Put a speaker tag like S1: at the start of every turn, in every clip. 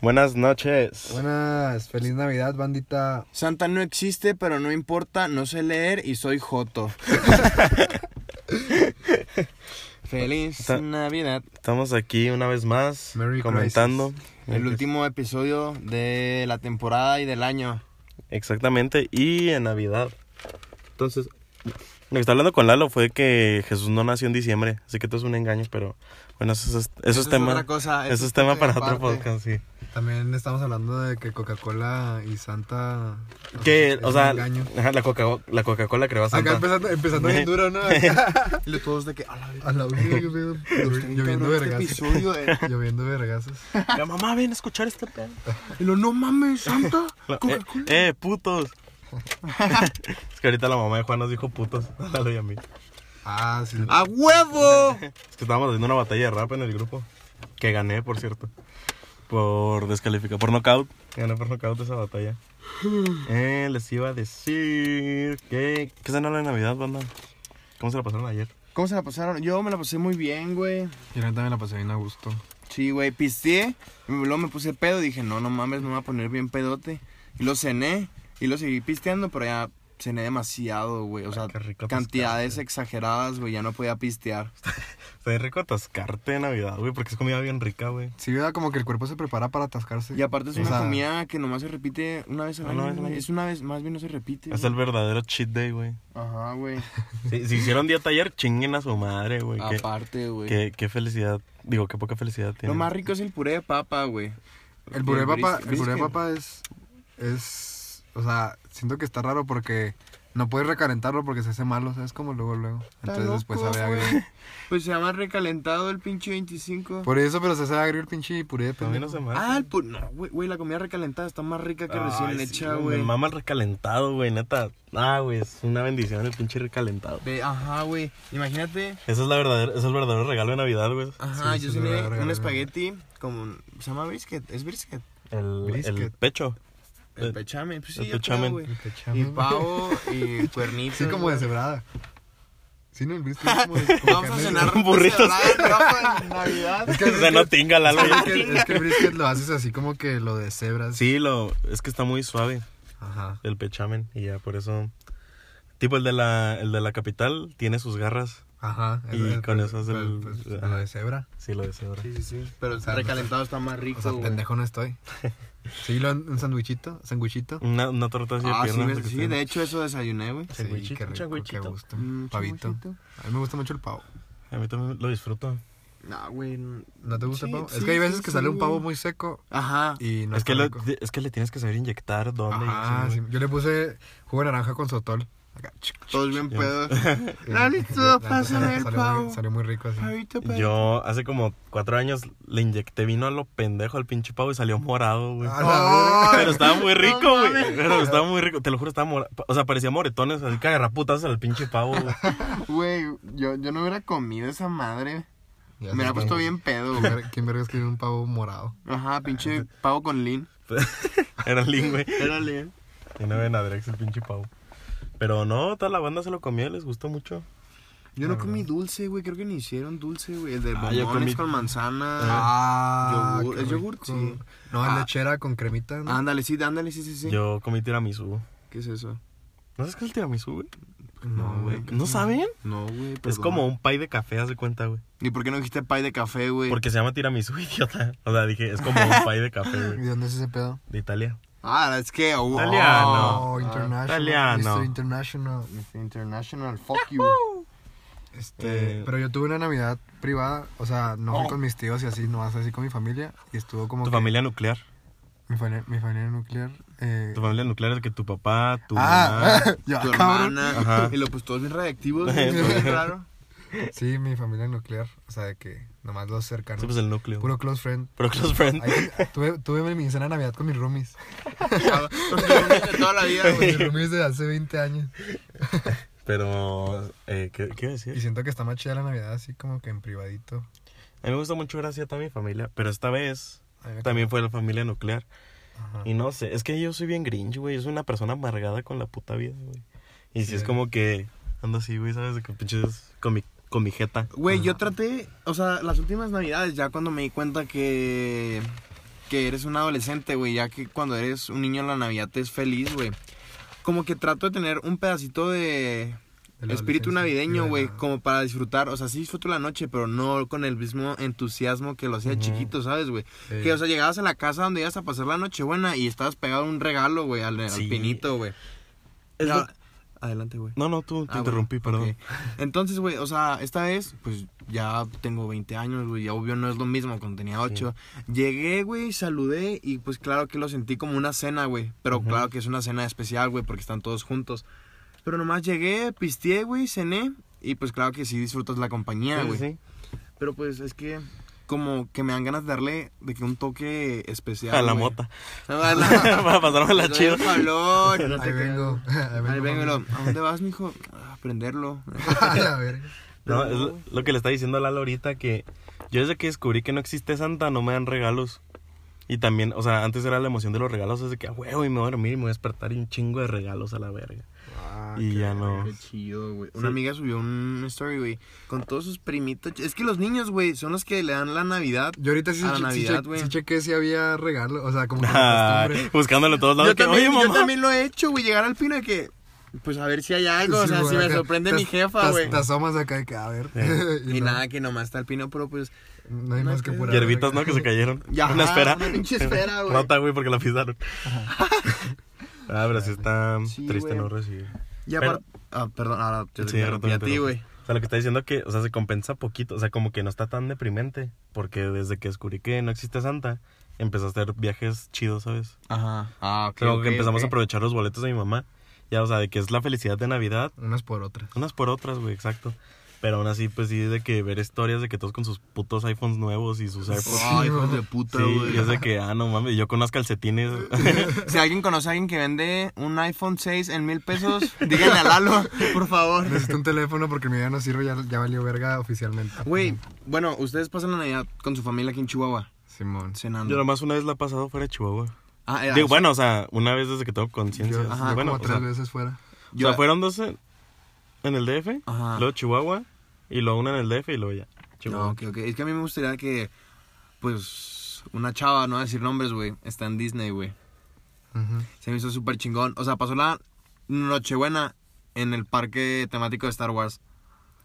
S1: Buenas noches.
S2: Buenas, feliz Navidad, bandita.
S3: Santa no existe, pero no importa, no sé leer y soy Joto. Feliz
S1: Ta-
S3: Navidad.
S1: Estamos aquí una vez más
S2: Merry
S1: comentando.
S3: El último episodio de la temporada y del año.
S1: Exactamente, y en Navidad. Entonces, lo que estaba hablando con Lalo fue que Jesús no nació en diciembre, así que todo es un engaño, pero bueno, eso, es, eso es
S3: Eso es
S1: tema.
S3: otra cosa,
S1: eso
S3: eso
S1: es
S3: es
S1: tema
S3: tema
S1: para otro
S3: aparte.
S1: podcast, sí.
S2: También estamos hablando de que Coca-Cola y Santa.
S1: Que,
S2: es
S1: o
S2: un
S1: sea,
S2: engaño.
S1: ajá, la Coca- la Coca-Cola creó a
S2: Acá
S1: Santa.
S2: empezando, empezando bien duro, ¿no? Acá.
S3: Y todos de que, a la
S2: A la verga, güey. Llovi- Lloviendo vergas.
S3: este episodio de...
S2: Lloviendo vergasas.
S1: La mamá, ven a escuchar este pedo.
S3: Y lo, no mames, Santa.
S1: La- eh,
S3: Coca-Cola.
S1: eh, putos. es que ahorita la mamá de Juan nos dijo putos. a Lalo y a mí.
S2: Ah, sí.
S3: ¡A huevo!
S1: Es que estábamos haciendo una batalla de rap en el grupo. Que gané, por cierto. Por descalificar, por knockout. Gané por knockout esa batalla. Eh, les iba a decir que. ¿Qué cenaron de Navidad, banda? ¿Cómo se la pasaron ayer?
S3: ¿Cómo se la pasaron? Yo me la pasé muy bien, güey.
S2: Yo también la pasé bien a gusto.
S3: Sí, güey, pisteé. y Luego me puse pedo. Dije, no, no mames, me voy a poner bien pedote. Y lo cené. Y lo seguí pisteando, pero ya cené demasiado, güey. O sea,
S1: qué rico
S3: cantidades exageradas, güey. Ya no podía pistear.
S1: Está bien rico atascarte de Navidad, güey, porque es comida bien rica, güey.
S2: Sí, ¿verdad? Como que el cuerpo se prepara para atascarse.
S3: Y aparte es
S2: Sí.
S3: una
S2: O sea,
S3: comida que nomás se repite una vez al
S1: Una vez
S3: año.
S1: al
S3: güey.
S1: año.
S3: Es una vez, más bien no se repite.
S1: Es
S3: güey.
S1: el verdadero cheat day, güey.
S3: Ajá, güey.
S1: Si, si hicieron dieta ayer, chinguen a su madre, güey. Qué,
S3: Aparte, Ah, güey.
S1: qué, qué felicidad. Digo, qué poca felicidad tiene.
S3: Lo más rico es el puré de papa, güey.
S2: El puré de
S3: Bien,
S2: papa,
S3: brisket,
S2: el puré de
S3: brisket.
S2: papa es, es, o sea, siento que está raro porque no puedes recalentarlo porque se hace malo, ¿sabes? Como luego, luego.
S3: Está
S2: Entonces después
S3: loco,
S2: sabe
S3: güey.
S2: agrio.
S3: Pues se llama recalentado el pinche 25.
S2: Por eso, pero se hace agrio el pinche puré.
S1: A mí
S2: pendejo.
S1: no se me hace.
S3: Ah, el pu- No, güey, güey, la comida recalentada está más rica que recién
S1: Ay, sí,
S3: hecha, güey.
S1: Me mama el recalentado, güey, neta. Ah, güey, es una bendición el pinche recalentado.
S3: Ve, ajá, güey. Imagínate.
S1: Ese es, la verdadera, ese es el verdadero regalo de Navidad, güey.
S3: Ajá,
S2: Sí,
S3: yo
S2: sí, lo voy a
S3: cené
S2: regalar.
S3: un espagueti con... Se llama brisket. Es brisket.
S1: El,
S2: Brisket.
S1: el pecho.
S3: El
S1: Eh,
S3: pechame. Pues sí,
S1: el
S3: yo creo,
S1: pechamen.
S3: güey.
S2: El pechamen.
S3: Y pavo y cuernitos.
S2: Sí, como
S3: güey.
S2: deshebrada. Sí, no, el brisket es como de- como
S3: Vamos a
S2: carne-
S3: cenar
S1: burritos.
S3: burritos. en Navidad.
S2: Es que,
S1: O sea, no tinga Lalo,
S2: es,
S1: ya.
S2: que, es que el brisket lo haces así como que lo deshebras.
S1: Sí, lo, es que está muy suave
S2: Ajá.
S1: el pechamen y ya por eso... Tipo, el de la, el de la capital tiene sus garras.
S2: Ajá.
S1: Y con eso es
S2: pues,
S1: el-
S2: pues,
S1: ajá.
S2: lo deshebra.
S1: Sí, lo deseo.
S3: Sí, sí, sí. Pero
S2: sea,
S3: recalentado está más
S2: O
S3: rico,
S2: sea,
S3: güey.
S2: pendejo no estoy. Sí, lo, un sandwichito, sandwichito.
S1: Una, una torta así
S3: Ah,
S1: de
S3: sí,
S1: piernas.
S3: me-
S1: que
S3: sí,
S1: tiene.
S3: de hecho eso desayuné, güey.
S2: Sí,
S1: Sandwichito,
S2: qué rico, qué
S1: sandwichito.
S2: gusto.
S3: Mm,
S2: Pavito.
S3: sandwichito.
S2: A mí me gusta mucho el pavo.
S1: A mí también lo disfruto.
S3: No, güey. n-
S2: ¿No te gusta
S3: sí,
S2: el pavo?
S3: sí,
S2: es que hay veces
S3: sí,
S2: que
S3: sí,
S2: sale un pavo
S3: güey.
S2: muy seco
S3: Ajá.
S2: y no
S1: es, que
S2: está
S1: lo-
S2: rico.
S1: es que le tienes que saber inyectar dónde.
S3: Ah,
S1: y
S2: Ajá,
S1: así,
S2: sí.
S1: güey.
S2: Yo le puse jugo de naranja con sotol. Acá, chic,
S3: Todos bien
S1: Ya.
S3: pedos.
S2: eh,
S3: Lalito,
S2: la-
S3: pásame el
S2: salió
S3: pavo.
S2: Muy, salió muy rico así.
S3: Pavito, pavito.
S1: Yo hace como cuatro años le inyecté vino a lo pendejo al pinche pavo y salió morado, güey.
S2: Ah,
S3: Ah,
S1: Pero estaba muy
S3: No
S1: rico, güey.
S3: mames.
S1: Pero estaba muy rico. Te lo juro, estaba morado. O sea, parecía moretones, así cagarraputas al pinche pavo, güey.
S3: Güey, yo, yo no hubiera comido esa madre.
S2: Ya
S3: Me
S2: sé,
S3: la ha puesto
S2: güey.
S3: bien pedo,
S2: ¿Quién
S3: güey.
S2: ver- ¿Quién verga escribe un pavo morado?
S3: Ajá, pinche pavo con lean.
S1: Era lean, güey.
S3: Era lean.
S1: Y no ven a Drex el pinche pavo. Pero no, toda la banda se lo comió, les gustó mucho.
S3: Yo no comí dulce, güey. Creo que ni hicieron dulce, güey. El de
S1: Ah, yo
S3: bombones
S1: comí-
S3: con manzana.
S2: Ah,
S3: yogur-
S2: qué
S3: ¿es yogur?
S2: rico.
S3: Sí.
S2: No, es
S3: Ah.
S2: lechera con cremita. ¿no?
S3: Ándale, sí, ándale, sí, sí, sí.
S1: Yo comí tiramisú.
S3: ¿Qué es eso?
S1: ¿No sabes qué es el tiramisú, güey?
S3: No, güey.
S1: ¿No saben?
S3: No, güey,
S1: Es
S3: perdón.
S1: como un pay de café, haz de cuenta, güey.
S3: ¿Y por qué no dijiste pie de café, güey?
S1: Porque se llama tiramisú, idiota. O sea, dije, es como un pay de café,
S2: ¿Y
S1: güey.
S2: dónde es ese pedo?
S1: De Italia.
S3: Ah, es que... oh,
S1: Italiano.
S2: Oh, international.
S1: italiano.
S2: Mr. International.
S3: Mr. International, fuck you.
S2: Este,
S1: Eh.
S2: pero yo tuve una Navidad privada, o sea, no fui con mis tíos y así, no así con mi familia y estuvo como
S1: Tu
S2: que
S1: familia nuclear.
S2: mi familia, mi familia nuclear eh,
S1: Tu familia nuclear es que tu papá, tu
S2: Ah, ya,
S3: Tu
S2: cabrón.
S3: hermana.
S1: Ajá.
S3: Y lo pues todos bien radiactivos,
S1: Eh,
S3: güey, todo bien raro.
S2: Sí, mi familia nuclear, o sea, de que nomás los cercanos.
S1: Sí, pues el núcleo.
S2: Puro close friend.
S1: Pero close friend.
S2: Ahí tuve, tuve mi cena de Navidad con mis roomies.
S3: Porque lo mismo de toda la vida, güey.
S2: Mis roomies de hace 20 años.
S1: Pero, eh, ¿qué, qué iba a
S2: Y
S1: decir?
S2: siento que está más chida la Navidad así como que en privadito.
S1: A mí me gusta mucho ver así a toda mi familia, pero esta vez
S2: A mí me-
S1: también fue la familia nuclear.
S2: Ajá.
S1: Y no sé, es que yo soy bien grinch, güey. Yo soy una persona amargada con la puta vida, güey. Y si
S2: Sí,
S1: es
S2: eh.
S1: como que ando así, güey, ¿sabes? De que pinches con mi, con mi jeta.
S3: Güey, yo traté, o sea, las últimas navidades, ya cuando me di cuenta que que eres un adolescente, güey, ya que cuando eres un niño en la Navidad te es feliz, güey. Como que trato de tener un pedacito de
S2: De la
S3: espíritu
S2: adolescencia.
S3: navideño,
S2: Sí,
S3: güey,
S2: ajá.
S3: como para disfrutar. O sea, sí disfruto la noche, pero no con el mismo entusiasmo que lo hacía de chiquito, ¿sabes, güey?
S2: Sí.
S3: Que, o sea, llegabas a la casa donde ibas a pasar la noche buena y estabas pegado a un regalo, güey, al, al
S1: Sí.
S3: pinito, güey.
S1: Es
S3: Ya-
S1: lo-
S3: Adelante, güey.
S1: No, no, tú te
S3: Ah,
S1: interrumpí,
S3: bueno,
S1: perdón.
S3: ok. Entonces, güey, o sea, esta vez, pues ya tengo 20 años, güey, ya obvio no es lo mismo cuando tenía 8. Llegué, güey, saludé y pues claro que lo sentí como una cena, güey. Pero claro que es una cena especial, güey, porque están todos juntos. Pero nomás llegué, pisteé, güey, cené y pues claro que sí disfrutas la compañía,
S1: Sí,
S3: güey.
S1: sí.
S3: Pero pues es que como que me dan ganas de darle de que un toque especial.
S1: A la
S3: güey.
S1: mota.
S3: A la-
S1: Para pasármela
S3: Soy
S1: chido.
S3: un jalón, no te
S2: Ahí
S3: creas.
S2: vengo. Ahí vengo.
S3: Ahí vengo, y
S2: mami.
S3: lo, ¿a dónde vas, mijo? A aprenderlo.
S2: A la verga.
S1: No, es lo- lo que le está diciendo a Lalo ahorita que yo desde que descubrí que no existe Santa no me dan regalos. Y también, o sea, antes era la emoción de los regalos, es de que, "Ah, huevo, y me voy a dormir y me voy a despertar y un chingo de regalos a la verga. y ya no.
S3: Ah, Qué chido, güey. Una amiga subió un story, güey, con todos sus primitos. Es que los niños, güey, son los que le dan la Navidad.
S2: Yo ahorita sí,
S3: A la
S2: che- sí
S3: Navidad,
S2: che-
S3: güey.
S2: sí chequé si había regalo. O sea, como que la
S1: Ah,
S2: costumbre.
S1: Buscándolo en todos lados.
S3: yo,
S1: que,
S3: también,
S1: Oye,
S3: yo
S1: mamá.
S3: también lo he hecho, güey, llegar al pino de que, pues a ver si hay algo, o
S2: Sí,
S3: sea,
S2: güey,
S3: si me
S2: acá
S3: sorprende
S2: te-
S3: mi jefa,
S2: te-
S3: güey.
S2: Te asomas acá de que, a ver.
S1: Sí.
S3: Y
S2: no,
S3: nada, que nomás está el pino, pero pues...
S2: No hay
S3: no
S2: más
S3: hay
S2: que
S3: pedo.
S2: pura.
S1: Hierbitas, ¿no?
S2: verga.
S1: Que se cayeron.
S3: Ya,
S1: una espera.
S3: una pinche esfera, güey.
S1: Rota, güey, porque la pisaron. Ah, pero sí está
S3: Sí,
S1: triste
S3: güey.
S1: no recibir.
S3: Y
S1: Pero-
S3: aparte... Ah, perdón, ahora te
S1: Sí, ahora
S3: interrumpí a
S1: te
S3: ti,
S1: interrumpo.
S3: güey.
S1: O sea, lo que está diciendo que, o sea, se compensa poquito. O sea, como que no está tan deprimente. Porque desde que descubrí que no existe Santa, empecé a hacer viajes chidos, ¿sabes?
S3: Ajá. Ah, ok,
S1: Como
S3: ok,
S1: que empezamos
S3: ok.
S1: a aprovechar los boletos de mi mamá. Ya, o sea, de que es la felicidad de Navidad.
S2: Unas por otras.
S1: Unas por otras, güey, exacto. Pero aún así, pues sí, de que ver historias de que todos con sus putos iPhones nuevos y sus AirPods.
S3: Ay, hijos de puta,
S1: Sí,
S3: güey.
S1: y es de que, ah, no mames, yo con unas calcetines.
S3: Si alguien conoce a alguien que vende un iPhone 6 en mil pesos, díganle a Lalo, por favor.
S2: Necesito un teléfono porque mi vida no sirve, ya, ya valió verga oficialmente.
S3: Güey, bueno, ustedes pasan la Navidad con su familia aquí en Chihuahua,
S2: Simón.
S1: yo
S3: cenando.
S1: nomás una vez la he pasado fuera de Chihuahua.
S3: Ah, era-
S1: Digo, bueno, o sea, una vez desde que tengo conciencia.
S2: Yo,
S3: Ajá,
S2: yo
S1: bueno,
S2: como
S1: o
S2: tres
S1: sea,
S2: veces fuera.
S1: o
S3: yo-
S1: sea, fueron dos en, en el DF,
S3: Ajá.
S1: luego Chihuahua, y luego una en el DF y luego ya.
S3: No,
S1: Chihuahua.
S3: ok, ok. Es que a mí me gustaría que, pues, una chava, no voy a decir nombres, güey, está en Disney, güey.
S2: Ujú.
S3: Se me hizo súper chingón. O sea, pasó la Nochebuena en el parque temático de Star Wars.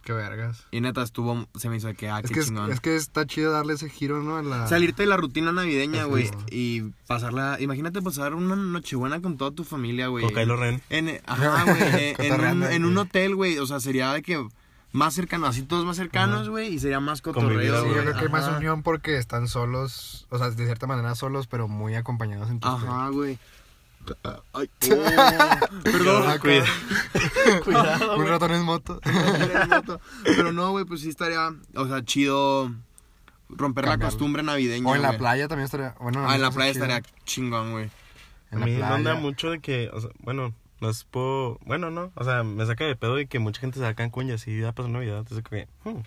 S2: Qué vergas.
S3: Y neta, estuvo, se me hizo de que, ah,
S2: Es
S3: qué
S2: que, es,
S3: chingón.
S2: es que está chido darle ese giro, ¿no? A la...
S3: Salirte de la rutina navideña,
S2: Ah. Es
S3: güey.
S2: triste.
S3: Y pasarla. Imagínate pasar una nochebuena con toda tu familia, güey.
S1: Con Kylo Ren.
S3: En, ajá, güey. eh, en, un,
S2: Cotorreando,
S3: en un
S2: sí.
S3: hotel, güey. O sea, sería de que más cercano, así todos más cercanos, güey. Y sería más
S1: Convivir,
S3: cotorreo,
S2: Sí,
S3: güey.
S2: yo creo que hay más
S3: Ajá.
S2: unión porque están solos, o sea, de cierta manera solos, pero muy acompañados en
S3: Ajá, güey. Ay, oh, perdón.
S1: Cuida-
S2: Cuidado, Un ratón en moto.
S3: Pero Oh, no, güey, pues sí estaría, o sea, chido romper la
S2: Cambiarlo.
S3: costumbre navideña.
S2: o en la
S3: güey.
S2: playa también estaría, bueno. no,
S3: Ah, en la
S2: eso
S3: playa
S2: es chido.
S3: estaría chingón, güey.
S1: A
S2: En la
S1: mí me anda
S2: playa.
S1: mucho de que, o sea, bueno, no es po... Bueno, no, o sea, me saca de pedo de que mucha gente se va a Cancún y así ya pasó Navidad. Entonces, que, hmm.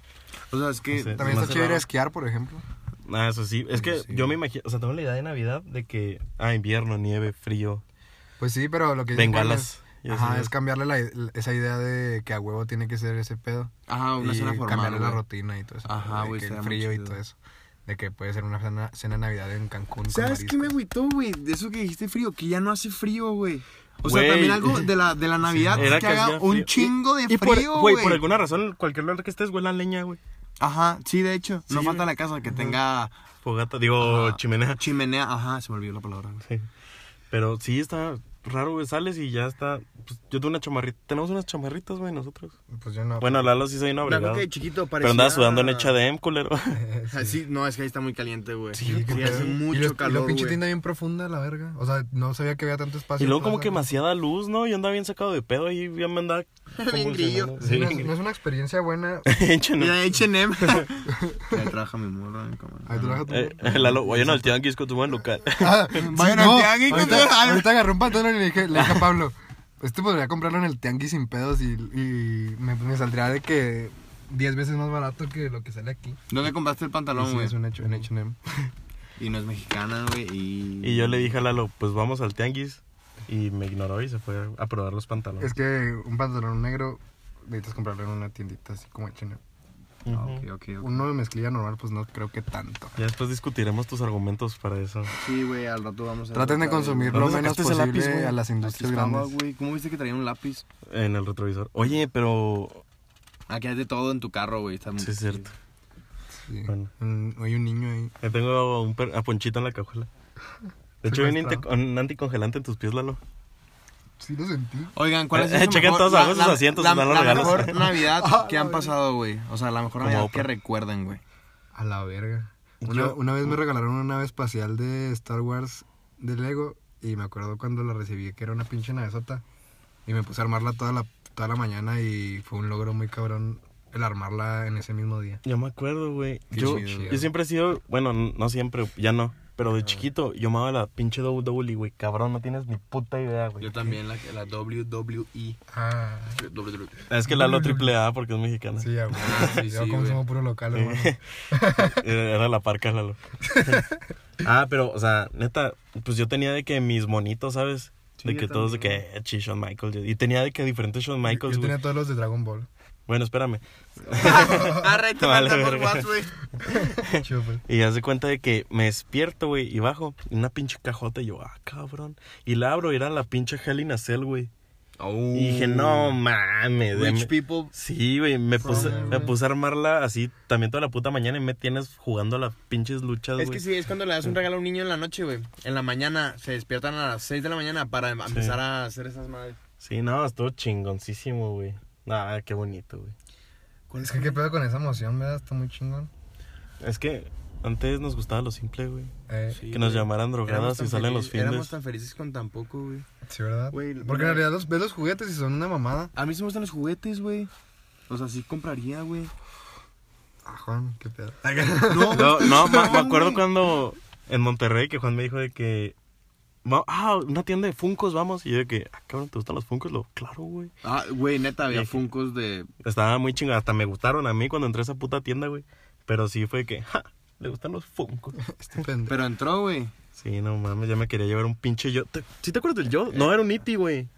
S3: O sea, es que.
S1: No sé.
S2: También
S1: Más
S2: está chévere
S1: cerrado.
S2: esquiar, por ejemplo.
S1: Ah, eso sí. Es que
S2: Sí.
S1: yo me imagino, o sea, tengo la idea de Navidad de que, ah, invierno, nieve, frío,
S2: Pues sí, pero lo que... dicen
S1: bengalas. y
S2: es-
S1: así
S2: Ajá,
S1: es.
S2: es cambiarle la, esa idea de que a huevo tiene que ser ese pedo.
S3: Ajá, Ah, una
S2: y
S3: cena formal.
S2: cambiarle la
S3: güey.
S2: rutina y todo eso.
S3: Ajá,
S2: de
S3: güey,
S2: que
S3: estaría
S2: El
S3: muy
S2: frío y
S3: chido.
S2: todo eso. De que puede ser una cena, cena de Navidad en Cancún.
S3: ¿Sabes qué
S2: con
S3: me
S2: mariscos.
S3: agüitó, güey? De eso que dijiste frío, que ya no hace frío, güey. O sea,
S1: Güey.
S3: también algo de la, de la Navidad
S1: Era que
S3: que, haga
S1: hacía
S3: un
S1: frío.
S3: chingo de
S1: Y por,
S3: frío,
S1: güey,
S3: güey.
S1: por alguna razón, en cualquier lugar que estés, huele a leña, güey.
S3: Ajá, sí, de hecho. no
S1: Sí,
S3: falta
S1: güey.
S3: la casa que tenga
S1: Fogata, digo,
S3: Ajá.
S1: chimenea.
S3: chimenea. Ajá, se me olvidó la palabra, güey.
S1: Sí. Pero sí está raro, güey, sales y ya está... pues, yo tengo una chamarrita, tenemos unas chamarritas, güey, nosotros.
S2: Pues yo no.
S1: Bueno, Lalo sí se vino
S3: Me acuerdo
S1: abrigado.
S3: que de chiquito parecía...
S1: Pero andaba sudando en hecha de M, culero.
S3: Ah, Sí, no, es que ahí está muy caliente, güey. Sí,
S2: Sí, qué
S3: hace
S2: pedo.
S3: mucho
S2: y lo, Y
S3: calor,
S2: la pinche
S3: güey.
S2: tienda bien profunda, la verga. O sea, no sabía que había tanto espacio.
S1: Y luego
S2: para
S1: como que
S2: hacerlo.
S1: demasiada luz, ¿no? Yo andaba bien sacado de pedo y ya me andaba...
S3: Bien grillo.
S1: convulsionando.
S2: Sí, no, es-
S1: Sí.
S2: no es una experiencia buena.
S1: Hecho, ¿no?
S3: Mira, H&M. Ya trabaja mi morra en cámara.
S2: Ahí te lo dejo tu-
S1: Eh, Lalo, vayan al tianguis con tu buen local.
S2: Ah,
S3: Vayan al tianguis,
S2: ahorita,
S3: contra-
S2: ahorita agarré un pantalón y le dije, le dije a Pablo, este podría comprarlo en el tianguis sin pedos y, y me, me saldría de que 10 veces más barato que lo que sale aquí.
S3: ¿Dónde compraste el
S2: Y
S3: pantalón,
S2: sí,
S3: güey?
S2: es un hecho en H&M.
S3: Y no es mexicana, güey, y...
S1: Y yo le dije a Lalo, pues vamos al tianguis. Y me ignoró y se fue a probar los pantalones.
S2: Es que un pantalón negro necesitas comprarlo en una tiendita así como H&M.
S3: Ah, ok, ok, ok.
S2: Uno de mezclilla normal, pues no creo que tanto.
S1: Ya después discutiremos tus argumentos para eso.
S3: Sí, güey, al rato vamos a...
S2: Traten de
S3: tratar
S2: consumir lo
S1: ¿Dónde
S2: menos
S1: sacaste ese
S2: posible
S1: lápiz, güey?
S2: a las
S3: Aquí
S2: industrias
S3: estaba,
S2: grandes.
S3: güey. ¿Cómo viste que traía un lápiz?
S1: En el retrovisor. Oye, pero.
S3: Aquí hay de todo en tu carro, güey. Está muy-
S1: Sí, es cierto.
S2: Sí.
S1: Bueno.
S2: Mm, Hay un niño ahí.
S1: Ya tengo un per- a Ponchito en la cajuela. De hecho, viene
S2: Secuestrado.
S1: un anticongelante en tus pies, Lalo.
S2: Sí lo sentí.
S3: Oigan, ¿cuál es
S1: Eh,
S3: su
S1: chequen
S3: mejor-
S1: todos
S3: la-
S1: abajo sus
S3: la-
S1: asientos,
S3: La,
S1: nos dan los
S3: la
S1: regalos.
S3: mejor Navidad
S2: Ah,
S3: que han
S2: la
S3: pasado, güey. O sea, la mejor
S1: Como
S3: Navidad
S1: Oprah.
S3: que recuerden, güey.
S2: A la verga. Una,
S1: Yo-
S2: una vez me regalaron una nave espacial de Star Wars de Lego y me acuerdo cuando la recibí que era una pinche navezota y me puse a armarla toda la, toda la mañana y fue un logro muy cabrón el armarla en ese mismo día.
S1: Yo me acuerdo, güey.
S2: Qué
S1: Yo,
S2: chido. Ah.
S1: yo siempre he sido, bueno, n- no siempre, ya no. Pero de chiquito, yo amaba la pinche WWE, güey. Cabrón, no tienes ni puta idea, güey.
S3: también, la, la E. WWE.
S2: Ah,
S1: Es que Lalo triple A porque es mexicana.
S2: sí, ya, güey.
S3: sí,
S2: yo
S3: sí,
S2: consumo
S3: güey.
S2: puro local, hermano.
S1: Era Eh, era la parca, Lalo. ah, pero, o sea, neta, pues yo tenía de que mis monitos, ¿sabes?
S3: Sí,
S1: de
S3: yo
S1: que todos de que,
S3: también.
S1: eh, chi, Shawn Michaels. Y tenía de que diferentes Shawn
S2: Yo
S1: Michaels, güey.
S2: tenía todos los de Dragon Ball.
S1: Bueno, espérame.
S3: Arre, Ah, te
S1: Vale,
S3: manda por
S1: verga.
S3: WhatsApp, güey.
S2: Chido, pues.
S1: Y haz de cuenta de que me despierto, güey, y bajo. y Una pinche cajota, y yo, ah, cabrón. Y la abro, y era la pinche Hell in a Cell, güey. Y dije, no mames.
S3: Oh. Mm. Rich
S1: deme-
S3: people.
S1: Sí, güey, me puse,
S2: From-
S1: me puse a armarla así también toda la puta mañana y me tienes jugando a las pinches luchas,
S3: Es
S1: güey.
S3: que sí, es cuando le das un regalo a un niño en la noche, güey. En la mañana, se despiertan a las 6 de la mañana para em- empezar a hacer esas madres.
S1: Sí, no, estuvo chingoncísimo, güey. Ah, qué bonito, güey.
S2: Es que qué pedo con esa emoción, ¿verdad? Está muy chingón.
S1: Es que antes nos gustaba lo simple, güey.
S2: Eh, sí.
S3: Sí,
S1: que nos
S3: güey.
S1: llamaran
S3: Éramos
S1: drogadas
S3: tan
S1: y salen los
S3: felices- Éramos
S1: fines.
S3: tan felices con tan poco, güey.
S2: ¿verdad?
S3: Güey,
S2: Porque en
S3: mira.
S2: realidad los, ves los juguetes y son una mamada.
S3: A mí sí me gustan los juguetes, güey. O sea, sí compraría, güey.
S2: Ah, Juan, qué pedo.
S1: No, no, me, me acuerdo cuando en Monterrey que Juan me dijo de que. va- Ah, una tienda de Funcos, vamos. Y yo de que, ah, cabrón, ¿te gustan los Funcos? Lo, claro, güey.
S3: Ah, güey, neta, había
S1: Sí.
S3: Funkos de.
S1: Estaba muy chingada. Hasta me gustaron a mí cuando entré a esa puta tienda, güey. Pero sí fue de que, ja, le gustan los Funcos.
S2: Este pendejo.
S3: Pero entró, güey.
S1: Sí, no mames, ya me quería llevar un pinche yo. ¿Te- ¿Sí te acuerdas del yo? No, era un iti, güey.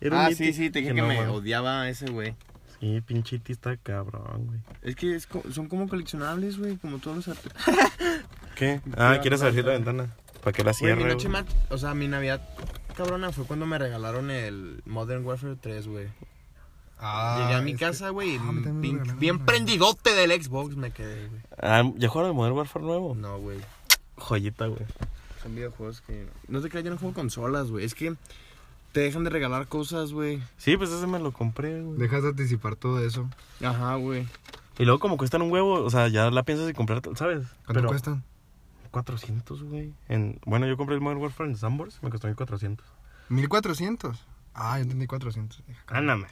S1: Era un
S3: Ah,
S1: iti.
S3: sí, sí, te dije que
S1: no,
S3: me
S1: mames.
S3: odiaba a ese, güey.
S1: Sí, pinche iti está cabrón, güey.
S3: Es que es co- son como coleccionables, güey, como todos los arte-
S1: ¿Qué? Ah, ¿quieres abrir la ventana? ¿Para que la
S3: Güey,
S1: cierre?
S3: mi noche
S1: güey?
S3: más, o sea, mi Navidad cabrona fue cuando me regalaron el Modern Warfare 3, güey.
S2: Ah,
S3: Llegué a mi
S2: es que-
S3: casa, güey, y
S2: Ah, a mí también me
S3: bien-
S2: regalaron
S3: bien
S2: una.
S3: prendidote del Xbox me quedé, güey.
S1: Ah, ¿ya jugaron el Modern Warfare
S2: Oh.
S1: nuevo?
S3: No, güey.
S1: Joyita, güey.
S3: Son videojuegos que no te creas, yo no juego consolas, güey. Es que te dejan de regalar cosas, güey.
S1: Sí, pues ese me lo compré, güey.
S2: Dejas de anticipar todo eso.
S3: Ajá, güey.
S1: Y luego como cuestan un huevo, o sea, ya la piensas en comprar, ¿sabes?
S2: ¿Cuánto
S1: Pero-
S2: cuestan?
S1: 400, güey. En... Bueno, yo compré el Modern Warfare en Sambors, me costó 1400.
S2: 1400. Ah, yo entendí 400.
S1: Ándame.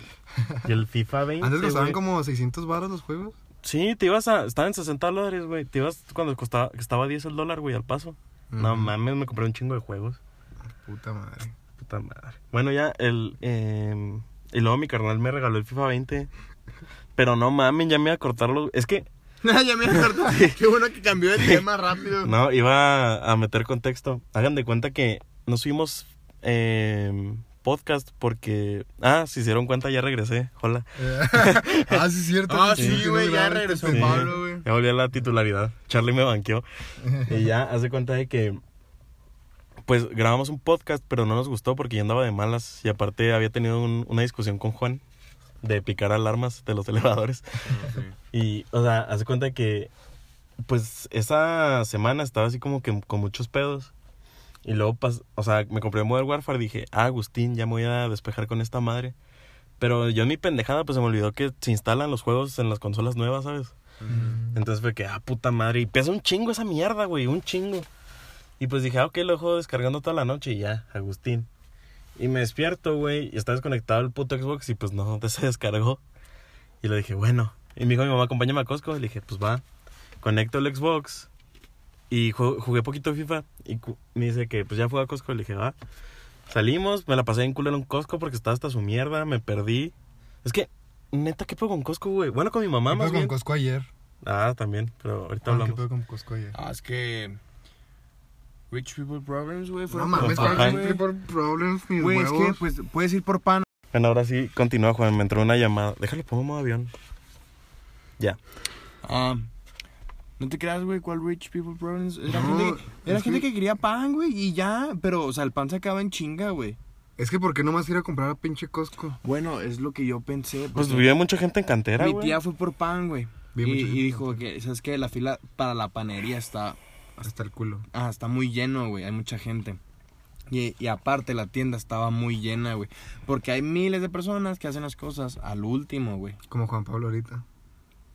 S1: Y el FIFA 20,
S2: Antes costaban
S1: güey.
S2: como 600 baros los juegos.
S1: Sí, te ibas a... Estaba en 60 dólares, güey. Te ibas cuando costaba... Estaba 10 el dólar, güey, al paso. No
S2: Mm,
S1: mames, me compré un chingo de juegos.
S2: Puta madre.
S1: Puta madre. Bueno, ya el. eh, y luego mi carnal me regaló el FIFA 20. Pero no mames, ya me iba a cortarlo. Es que.
S3: ya me acordé. Qué bueno que cambió de tema rápido.
S1: No, iba a meter contexto. Hagan de cuenta que no subimos eh, podcast porque. Ah, si se dieron cuenta, ya regresé. Hola.
S2: ah, sí, es cierto.
S3: Ah,
S2: pinche,
S3: sí, güey, ya regresó
S2: este
S3: Pues Pablo.
S2: pendejo.
S3: güey.
S1: Ya volví a la titularidad. Charlie me banqueó. Y ya hace cuenta de que. Pues grabamos un podcast, pero no nos gustó porque yo andaba de malas. Y aparte había tenido un- una discusión con Juan de picar alarmas de los elevadores. Y, o sea, hace cuenta de que. Pues esa semana estaba así como que con muchos pedos. Y luego, pas- o sea, me compré Modern Warfare. Dije, ah, Agustín, ya me voy a despejar con esta madre. Pero yo en mi pendejada, pues se me olvidó que se instalan los juegos en las consolas nuevas, ¿sabes? Entonces fue que, ah, puta madre. Y pesa un chingo esa mierda, güey, un chingo. Y pues dije, ah, ok, lo dejo descargando toda la noche y ya, Agustín. Y me despierto, güey, y está desconectado el puto Xbox y pues no, se descargó. Y le dije, bueno. Y me dijo mi mamá, acompáñame a Costco. Le dije, pues va, conecto el Xbox. Y ju- jugué poquito FIFA. Y cu- me dice que, pues ya fue a Costco. Le dije, va. Salimos, me la pasé en culo en un Costco porque estaba hasta su mierda, me perdí. Es que, neta, ¿qué pedo con Costco, güey? Bueno, con mi mamá,
S2: ¿Qué
S1: más
S2: pedo con
S1: bien.
S2: Costco ayer?
S1: Ah, también, pero ahorita
S2: Juan, ¿Qué
S1: hablamos.
S2: pedo con Costco ayer?
S3: Ah, es que. Rich People Programs, güey.
S2: No
S3: fueron
S2: mames,
S1: Ajá.
S2: ¿cuál
S3: con pan,
S2: es el
S3: güey.
S2: People Problems, mis
S3: Güey, es que
S2: huevos?
S3: pues, puedes ir por pan.
S1: Bueno, ahora sí, continúa, Juan. Me entró una llamada. Déjalo, pongo modo avión. Ya.
S3: Ah, no te creas, güey, ¿cuál Rich People Problems? Era,
S2: No,
S3: gente, que, era
S2: es que-
S3: gente que quería pan, güey, y ya, pero, o sea, el pan se acaba en chinga, güey.
S2: Es que ¿por qué nomás ir a comprar a pinche Costco?
S3: Bueno, es lo que yo pensé.
S1: Pues
S3: porque
S1: vivía mucha gente en cantera,
S3: Mi
S1: güey.
S3: tía fue por pan, güey. Y,
S2: Vi mucha gente.
S3: y dijo que, ¿sabes qué? La fila para la panería está,
S2: Hasta el culo.
S3: ah, está muy lleno, güey, hay mucha gente. Y, y aparte la tienda estaba muy llena, güey. Porque hay miles de personas que hacen las cosas al último, güey.
S2: Como Juan Pablo ahorita.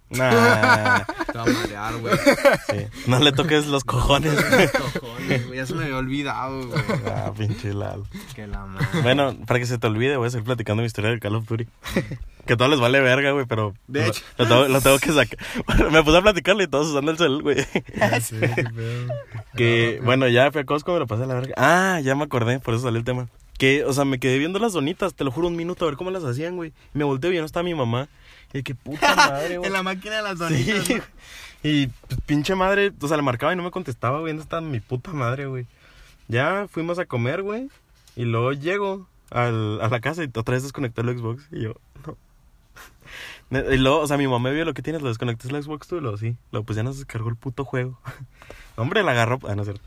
S1: Nah,
S3: Te va a marear, güey.
S1: sí. No le toques los cojones.
S3: Cojones, güey, Ya se me había olvidado, güey.
S1: ah, pinche Lalo.
S3: Que la madre.
S1: Bueno, para que se te olvide, voy a seguir platicando mi historia del Call of Duty. Que a todos les vale verga, güey, pero
S3: De
S1: lo-
S3: hecho.
S1: Lo, tengo, lo tengo que sacar. me puse a platicarle y todos usando el cel, güey.
S3: Ah,
S2: Ya sé, qué pedo.
S1: Que, bueno, ya fui a Costco, me lo pasé a la verga. Ah, ya me acordé, por eso salió el tema. Que, o sea, me quedé viendo las donitas, te lo juro, un minuto a ver cómo las hacían, güey. Y me volteo y ya no estaba mi mamá. Y de que puta madre, güey.
S3: En la máquina de
S1: Sí,
S3: las donitas.
S1: güey. Y pues, pinche madre, o sea, le marcaba y no me contestaba, güey. ¿Dónde está mi puta madre, güey? Ya fuimos a comer, güey. Y luego llego al- a la casa y otra vez desconecté el Xbox. Y yo, no. Ne- Y luego, o sea, mi mamá vio lo que tienes, lo desconectaste el Xbox tú, y luego sí. Luego, pues ya nos descargó el puto juego. Hombre, la agarró. Ah, no es cierto.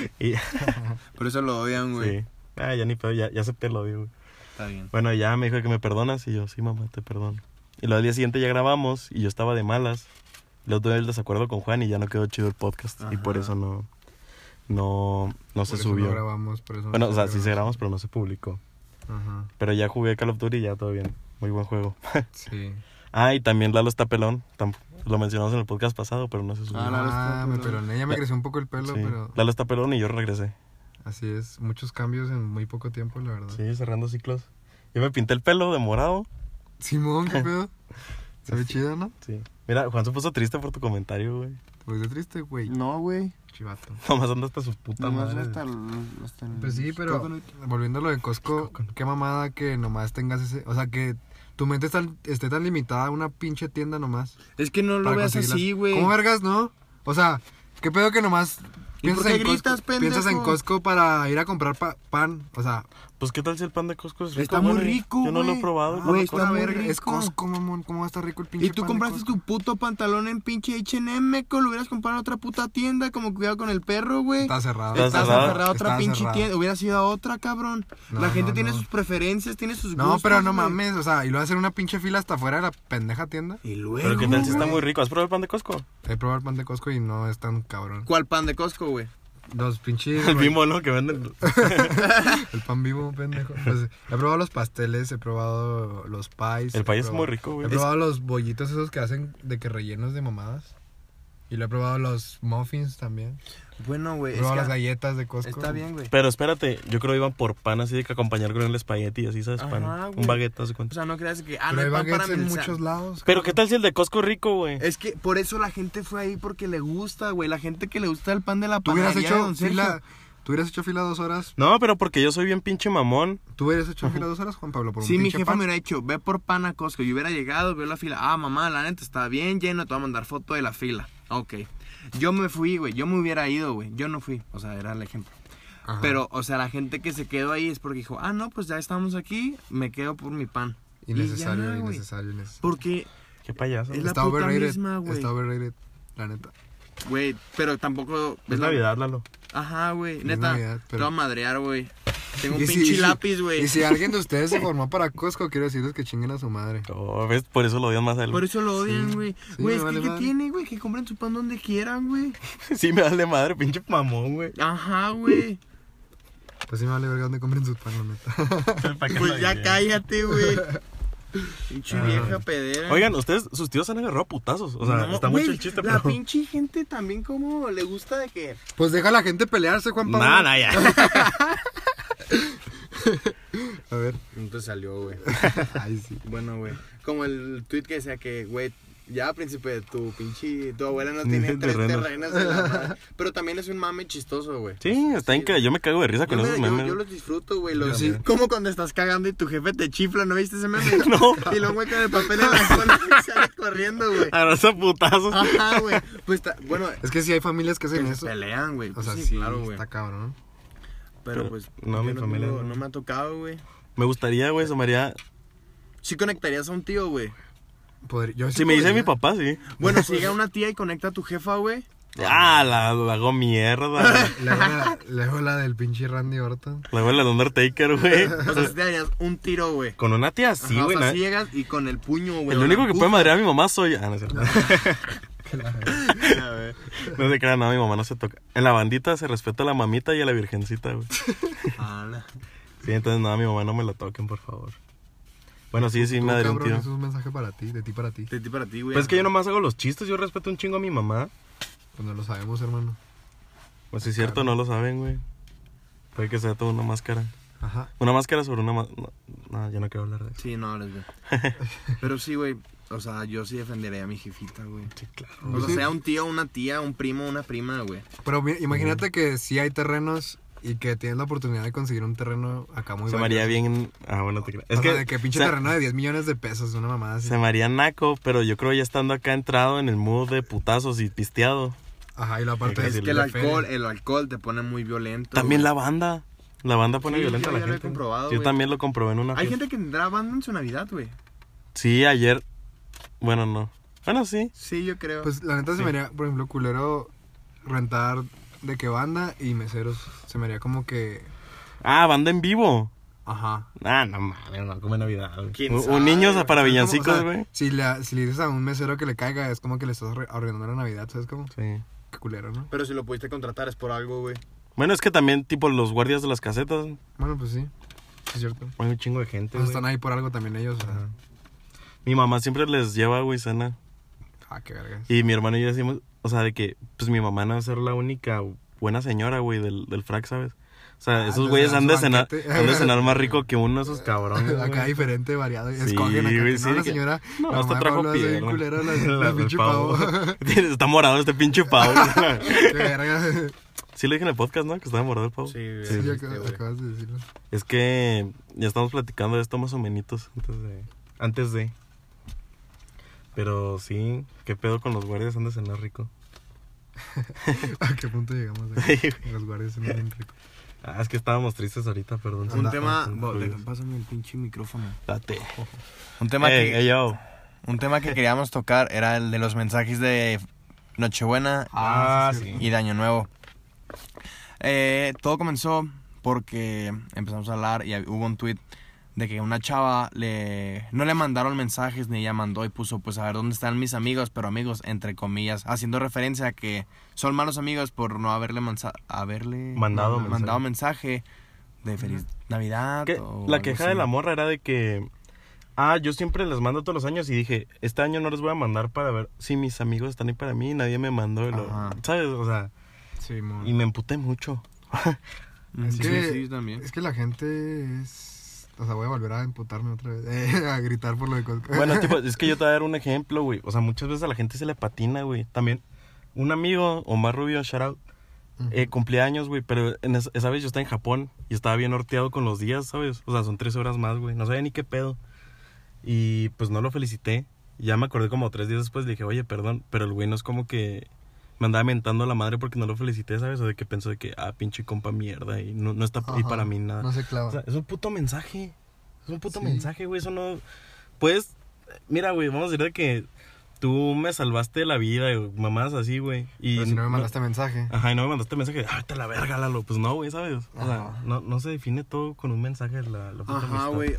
S1: y,
S3: Por eso lo odian, güey.
S1: sí. Ah, ya ni pedo, ya, ya acepté el odio, güey.
S3: Está bien.
S1: Bueno, ya me dijo que me perdonas y yo, sí, mamá, te perdono. Y luego al día siguiente ya grabamos y yo estaba de malas. Luego tuve el desacuerdo con Juan y ya no quedó chido el podcast. Y por
S3: Ajá.
S1: eso no, no, no
S2: Por
S1: se
S2: eso No
S1: subió.
S2: grabamos, por eso no
S1: bueno, o sea,
S2: grabamos.
S1: sí se grabamos, pero no se publicó.
S2: Ajá,
S1: Pero ya jugué Call of Duty y ya todo bien. Muy buen juego.
S2: sí.
S1: ah, y también Lalo está pelón. Tam- Lo mencionamos en el podcast pasado, pero no se subió.
S3: Ah, Lalo está
S2: Ah, me
S3: pelón.
S2: peloné, ya me creció un poco el pelo,
S1: Sí.
S2: pero
S1: Lalo está pelón y yo regresé.
S2: así es. Muchos cambios en muy poco tiempo, la verdad.
S1: Sí, cerrando ciclos. Yo me pinté el pelo de morado.
S2: Simón, qué pedo. Se ve chido, ¿no?
S1: Sí. Mira, Juan se puso triste por tu comentario, güey.
S2: Pues de triste, güey.
S3: No, güey.
S2: Chivato.
S1: Nomás anda hasta sus putas
S3: Nomás
S1: madres.
S3: hasta el, hasta el-
S2: Pues sí, pero
S3: Coconut.
S2: volviendo a lo de Costco, qué mamada que nomás tengas ese. O sea, que tu mente está- esté tan limitada a una pinche tienda nomás.
S3: Es que no lo
S2: para
S3: veas
S2: conseguir las-
S3: así, güey.
S2: ¿Cómo vergas, no? O sea, qué pedo que nomás.
S3: ¿Y por
S2: Piensas
S3: qué
S2: en,
S3: gritas,
S2: Costco, piensas en
S3: pendejo?
S2: Costco para ir a comprar pa- pan. O sea,
S1: Pues qué tal si el pan de Costco es rico.
S3: Está muy
S1: güey?
S3: rico,
S1: Yo no lo he
S3: güey.
S1: probado. el pan
S3: Güey,
S1: de
S3: está
S1: Costco.
S2: una
S3: muy
S2: verga, es
S3: rico.
S2: Costco, mamón. ¿Cómo va a estar rico el pinche
S3: Y tú
S2: pan de
S3: compraste
S2: Costco?
S3: tu puto pantalón en pinche H&M, meco. Lo hubieras comprado en otra puta tienda, como cuidado con el perro, güey.
S2: Está cerrado.
S1: Está
S3: Estás
S1: cerrado.
S3: encerrado a otra
S2: Está
S3: pinche
S2: cerrado.
S3: tienda. Hubieras ido a otra, cabrón.
S2: No,
S3: la gente
S2: no,
S3: tiene
S2: no.
S3: sus preferencias, tiene sus
S2: No,
S3: gustos,
S2: pero no
S3: Pues, güey.
S2: mames. O sea, y lo hacen una pinche fila hasta afuera de la pendeja tienda.
S3: Y luego,
S1: Pero qué tal si está
S3: güey?
S1: muy rico. ¿Has probado el pan de Costco?
S2: He probado el pan de Costco y no es tan cabrón.
S3: ¿Cuál pan de Costco, güey?
S2: Los pinches.
S1: El bimbo, ¿no? Que venden.
S2: El pan vivo, pendejo. Pues, he probado los pasteles, he probado los pies.
S1: El
S2: he
S1: pie es
S2: probado-
S1: muy rico,
S2: He
S1: güey.
S2: probado los bollitos esos que hacen de que rellenos de mamadas. Y lo he probado los muffins también.
S3: Bueno,
S2: He
S3: güey, es
S2: probado
S3: que-
S2: las galletas de Costco.
S3: está bien, güey.
S1: Pero espérate, yo creo que iban por pan así de que acompañar con el espagueti, así sabes,
S3: Ajá,
S1: pan.
S3: güey.
S1: Un baguette, haz de
S3: O
S1: cuenta.
S3: sea, no creas que... Ah,
S2: Pero
S3: no
S2: hay
S3: hay pan para
S2: baguettes en
S3: mí, o sea,
S2: muchos lados.
S1: Pero qué
S2: cabrón.
S1: tal si el de Costco es rico, güey.
S3: Es que por eso la gente fue ahí, porque le gusta, güey. La gente que le gusta el pan de la
S2: Tú hubieras
S3: panadería de
S2: hecho
S3: Don Sergio.
S2: fila... Tú hubieras hecho fila dos horas.
S1: No, pero porque yo soy bien pinche mamón.
S2: Tú hubieras hecho fila dos horas, Juan Pablo, por un
S3: Sí, mi
S2: pinche
S3: jefa
S2: pan.
S3: me hubiera dicho, ve por pan a Costco. Yo hubiera llegado, veo la fila. Ah, mamá, la neta está bien lleno, te voy a mandar foto de la fila. Ok. Yo me fui, güey. Yo me hubiera ido, güey. Yo no fui. O sea, era el ejemplo.
S2: Ajá.
S3: Pero, o sea, la gente que se quedó ahí es porque dijo, ah, no, pues ya estamos aquí, me quedo por mi pan. Y ya,
S2: Innecesario,
S3: güey.
S2: innecesario, innecesario.
S3: Porque,
S1: Qué payaso.
S3: Es
S1: güey.
S3: la
S2: Está
S3: puta
S2: overrated.
S3: misma, güey.
S2: Está overrated, la neta.
S3: güey, pero tampoco...
S1: Es Navidad, Lalo.
S3: Ajá, güey.
S2: Es
S3: Neta,
S2: Navidad,
S3: te
S2: pero-
S3: voy a madrear, güey. Tengo un
S2: Y si-
S3: pinche
S2: y si-
S3: lápiz, güey.
S2: Y si alguien de ustedes se formó para Costco, quiero decirles que chinguen a su madre.
S1: Oh, ¿ves? Por eso lo odian más a él.
S3: Por eso lo odian, güey.
S2: sí,
S3: Güey,
S2: me
S3: es
S2: vale
S3: que ¿qué
S2: madre.
S3: tiene, güey? Que compren su pan donde quieran, güey.
S1: Sí, me vale madre, pinche mamón, güey.
S3: Ajá, güey.
S2: Pues sí me vale verga dónde compren sus pan, la neta.
S3: Pues ya cállate, güey. Pinche
S1: Ah.
S3: vieja pedera.
S1: Oigan, ustedes, sus tíos se han agarrado a putazos. O sea,
S3: No,
S1: está
S3: güey,
S1: mucho el chiste,
S3: La
S1: pero.
S3: pinche gente también como le gusta de que...
S2: Pues deja a la gente pelearse, Juan Pablo.
S1: Nada, ya.
S2: A ver.
S3: No te salió, güey.
S2: Ay, sí.
S3: Bueno, güey. Como el tweet que decía que, güey, ya, príncipe, tu pinche... Tu abuela no tiene
S1: Tiene
S3: tres
S1: terrenos.
S3: terrenos. en la madre. Pero también es un mame chistoso, güey.
S1: Sí, está increíble. Yo me cago de risa
S3: Yo,
S1: con
S3: me-
S1: esos
S3: yo-
S1: memes.
S3: yo los disfruto, güey.
S2: Yo
S3: Los...
S2: sí.
S3: Como cuando estás cagando y tu jefe te chifla, ¿no viste ese meme?
S1: No.
S3: Y lo güey con el papel en la cola y sale corriendo, güey.
S1: Agarrarse a putazos.
S3: Ajá, güey. Pues, ta- bueno,
S2: Es que sí hay familias que hacen
S3: que se
S2: eso.
S3: pelean, güey.
S2: O
S3: Pues
S2: sea,
S3: sí,
S2: sí,
S3: claro, güey.
S2: está cabrón.
S3: Pero pues,
S1: No,
S3: yo
S1: mi familia
S3: tengo-
S1: no.
S3: no me ha tocado, güey.
S1: Me gustaría, güey, se me haría-
S3: Sí conectarías a un tío, güey.
S2: podría- yo sí
S1: Si me dice
S2: podría.
S1: mi papá, sí.
S3: Bueno, si llega una tía y conecta a tu jefa, güey.
S1: Ah, la, la hago mierda.
S2: Luego la, luego la del pinche Randy Orton.
S1: La hago la de Undertaker, güey.
S3: O sea, si pues te darías un tiro, güey.
S1: Con una tía, sí,
S3: Ajá,
S1: güey.
S3: O sea,
S1: na-
S3: si llegas y con el puño, güey.
S1: el
S3: o
S1: único
S3: la
S1: que puede madrear a mi mamá soy. Ah, no es cierto.
S3: puta, güey.
S1: No se crean, no, mi mamá no se toca. En la bandita se respeta a la mamita y a la virgencita, güey.
S3: Ah, no.
S1: Sí, entonces no, a mi mamá no me la toquen, por favor. Bueno, sí, sí,
S2: Tú,
S1: me daría un
S2: cabrón,
S1: tiro.
S2: eso es un mensaje para ti, de ti para ti.
S3: De ti para ti, güey.
S1: Pues es que yo nomás hago los chistes, yo respeto un chingo a mi mamá.
S2: Pues no lo sabemos, hermano.
S1: Pues si es cierto, no lo saben, güey. Puede que sea toda una máscara.
S2: Ajá.
S1: Una máscara sobre una máscara. No, no, yo no quiero hablar de eso.
S3: Sí, no hables, güey. Pero sí, güey. O sea, yo sí defendería a mi jefita, güey.
S1: Pues Sí, claro.
S3: O sea,
S2: Sí.
S3: sea un tío, una tía, un primo, una prima, güey.
S2: Pero mi- imagínate que sí hay terrenos y que tienes la oportunidad de conseguir un terreno acá muy
S1: se me
S2: valioso.
S1: haría bien. Ah, bueno, te creas.
S2: O sea, de que pinche
S1: se-
S2: terreno de 10 millones de pesos, una mamada así.
S1: Se me haría naco, pero yo creo ya estando acá entrado en el mood de putazos y pisteado.
S2: Ajá, y la parte
S1: Es
S2: de
S1: Pues Sí,
S3: Que el
S2: la
S3: alcohol,
S2: feria.
S3: el alcohol te pone muy violento.
S1: También
S3: güey.
S1: la banda. La banda pone
S3: Sí,
S1: violenta a
S3: yo
S1: la
S3: ya lo he
S1: gente.
S3: comprobado,
S1: yo
S3: güey.
S1: también lo comprobé en una
S3: Hay
S1: fiesta.
S3: gente que tendrá banda en su Navidad, güey.
S1: Sí, ayer. Bueno, no. Bueno, sí.
S3: Sí, yo creo.
S2: Pues la neta se me haría, por ejemplo, culero rentar de que banda y meseros. Se me haría como que.
S1: Ah, banda en vivo.
S2: Ajá.
S1: Ah, no mames, no como en Navidad. güey.
S3: ¿Quién
S1: Un,
S3: sabe,
S1: un niño para
S3: güey?
S2: Es como, o
S1: villancicos,
S2: sea,
S1: güey.
S2: si, la- si le dices a un mesero que le caiga, es como que le estás arre- arruinando la Navidad, ¿sabes? Como
S1: Sí.
S2: que culero, ¿no?
S3: Pero si lo pudiste contratar es por algo, güey.
S1: Bueno, es que también, tipo, los guardias de las casetas.
S2: Bueno, pues sí. Sí, es cierto.
S1: Hay un chingo de gente,
S2: Pues
S1: güey.
S2: están ahí por algo también ellos. o sea.
S1: Ajá. Mi mamá siempre les lleva, güey, cena.
S2: Ah, qué verga.
S1: Y mi hermano y yo decimos, o sea, de que, pues mi mamá no va a ser la única buena señora, güey, del, del frac, ¿sabes? O sea,
S2: Ah,
S1: esos
S2: les
S1: güeyes
S2: dan
S1: han
S2: su
S1: de, cenar,
S2: banquete.
S1: han de cenar más rico que uno de esos cabrones. güey.
S2: Acá diferente, variado. y
S1: Sí,
S2: Escogen acá.
S1: güey,
S2: que
S1: sí,
S2: no,
S1: de
S2: la
S1: que-
S2: señora.
S1: No,
S2: la
S1: hasta
S2: mamá
S1: trajo
S2: Pablo hace bien
S1: pierna.
S2: culero la,
S1: La
S2: la
S1: del
S2: pinche
S1: pavo.
S2: pavo.
S1: Está morado este pinche pavo.
S2: qué verga.
S1: sí lo dije en el podcast, ¿no? Que estaba morado el pavo.
S3: güey.
S2: Sí,
S1: Sí,
S2: acá- acabas de decirlo.
S1: Es que ya estamos platicando de esto más o menos antes de... Antes de... Pero sí, qué pedo con los guardias, han de cenar rico.
S2: ¿A qué punto llegamos? acá?
S1: Sí,
S2: Los guardias son bien ricos.
S1: Ah, es que estábamos tristes ahorita, perdón.
S3: Un
S2: Anda,
S3: tema...
S1: anda,
S3: Bo-
S1: pues.
S3: deja- Pásame el pinche micrófono.
S1: Date.
S3: Un tema
S1: Ey,
S3: que...
S1: ey, yo.
S3: Un tema que queríamos tocar era el de los mensajes de Nochebuena
S1: Ah,
S2: Ah, sí,
S1: sí.
S3: y de Año Nuevo. Eh, todo comenzó porque empezamos a hablar y hab- hubo un tweet de que una chava le no le mandaron mensajes ni ella mandó y puso pues a ver dónde están mis amigos, pero amigos entre comillas, haciendo referencia a que son malos amigos por no haberle mansa- haberle
S1: Mandado mensaje.
S3: mandado mensaje de feliz Navidad
S1: Que
S3: o
S1: la
S3: algo
S1: queja
S3: así.
S1: de la morra era de que... Ah, yo siempre les mando todos los años y dije, este año no les voy a mandar para ver si mis amigos están ahí para mí y nadie me mandó. y lo-
S3: Ajá.
S1: ¿Sabes? O sea,
S2: Sí, mon.
S1: y me emputé mucho.
S3: Ujú,
S2: Es
S3: Mm. sí,
S2: que-
S3: sí, también.
S2: Es que la gente es. O sea, voy a volver a emputarme otra vez. eh, a gritar por lo de Costco.
S1: Bueno, tipo, es que yo te voy a dar un ejemplo, güey. O sea, muchas veces a la gente se le patina, güey. También, un amigo, Omar Rubio, shout out, eh, cumplía años, güey. Pero en es- esa vez yo estaba en Japón y estaba bien horteado con los días, ¿sabes? O sea, son tres horas más, güey. No sabía ni qué pedo. Y pues no lo felicité. Ya me acordé como tres días después, le dije, oye, perdón, pero el güey no es como que me andaba mentando a la madre porque no lo felicité, ¿sabes? O de que pensó de que, ah, pinche compa mierda, y no, no está y
S2: Ajá,
S1: para mí nada.
S2: No se clava.
S1: O sea, es un puto mensaje. Es un puto
S2: Sí.
S1: mensaje, güey. Eso no. Pues, mira, güey, vamos a decir de que tú me salvaste la vida, güey, mamás así, güey. Y
S2: Pero si no me mandaste mensaje.
S1: Ajá, y no me mandaste mensaje. Ah, vete a la verga, Lalo. Pues no, güey, ¿sabes? O sea,
S2: Ajá.
S1: no, no se define todo con un mensaje la, la puta
S3: Ah. Ajá,
S1: amistad.
S3: güey.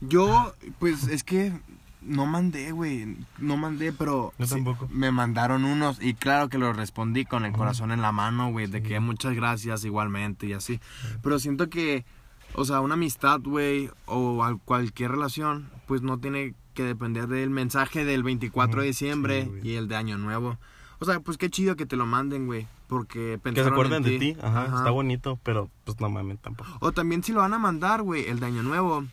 S3: Yo, pues es que no mandé, güey. No mandé, pero.
S1: Yo
S3: sí,
S1: tampoco.
S3: Me mandaron unos y claro que los respondí con el corazón en la mano, güey. De que muchas gracias igualmente y así. Pero siento que, o sea, una amistad, güey, o al- cualquier relación, pues no tiene que depender del mensaje del 24 de
S1: Ujú,
S3: diciembre
S1: sí, güey.
S3: y el de Año Nuevo. O sea, pues qué chido que te lo manden, güey. Porque
S1: Que se
S3: pensaron
S1: acuerden
S3: en
S1: de ti. Ajá, está bonito, pero pues no mames tampoco.
S3: o también si lo van a mandar, güey, el de Año Nuevo,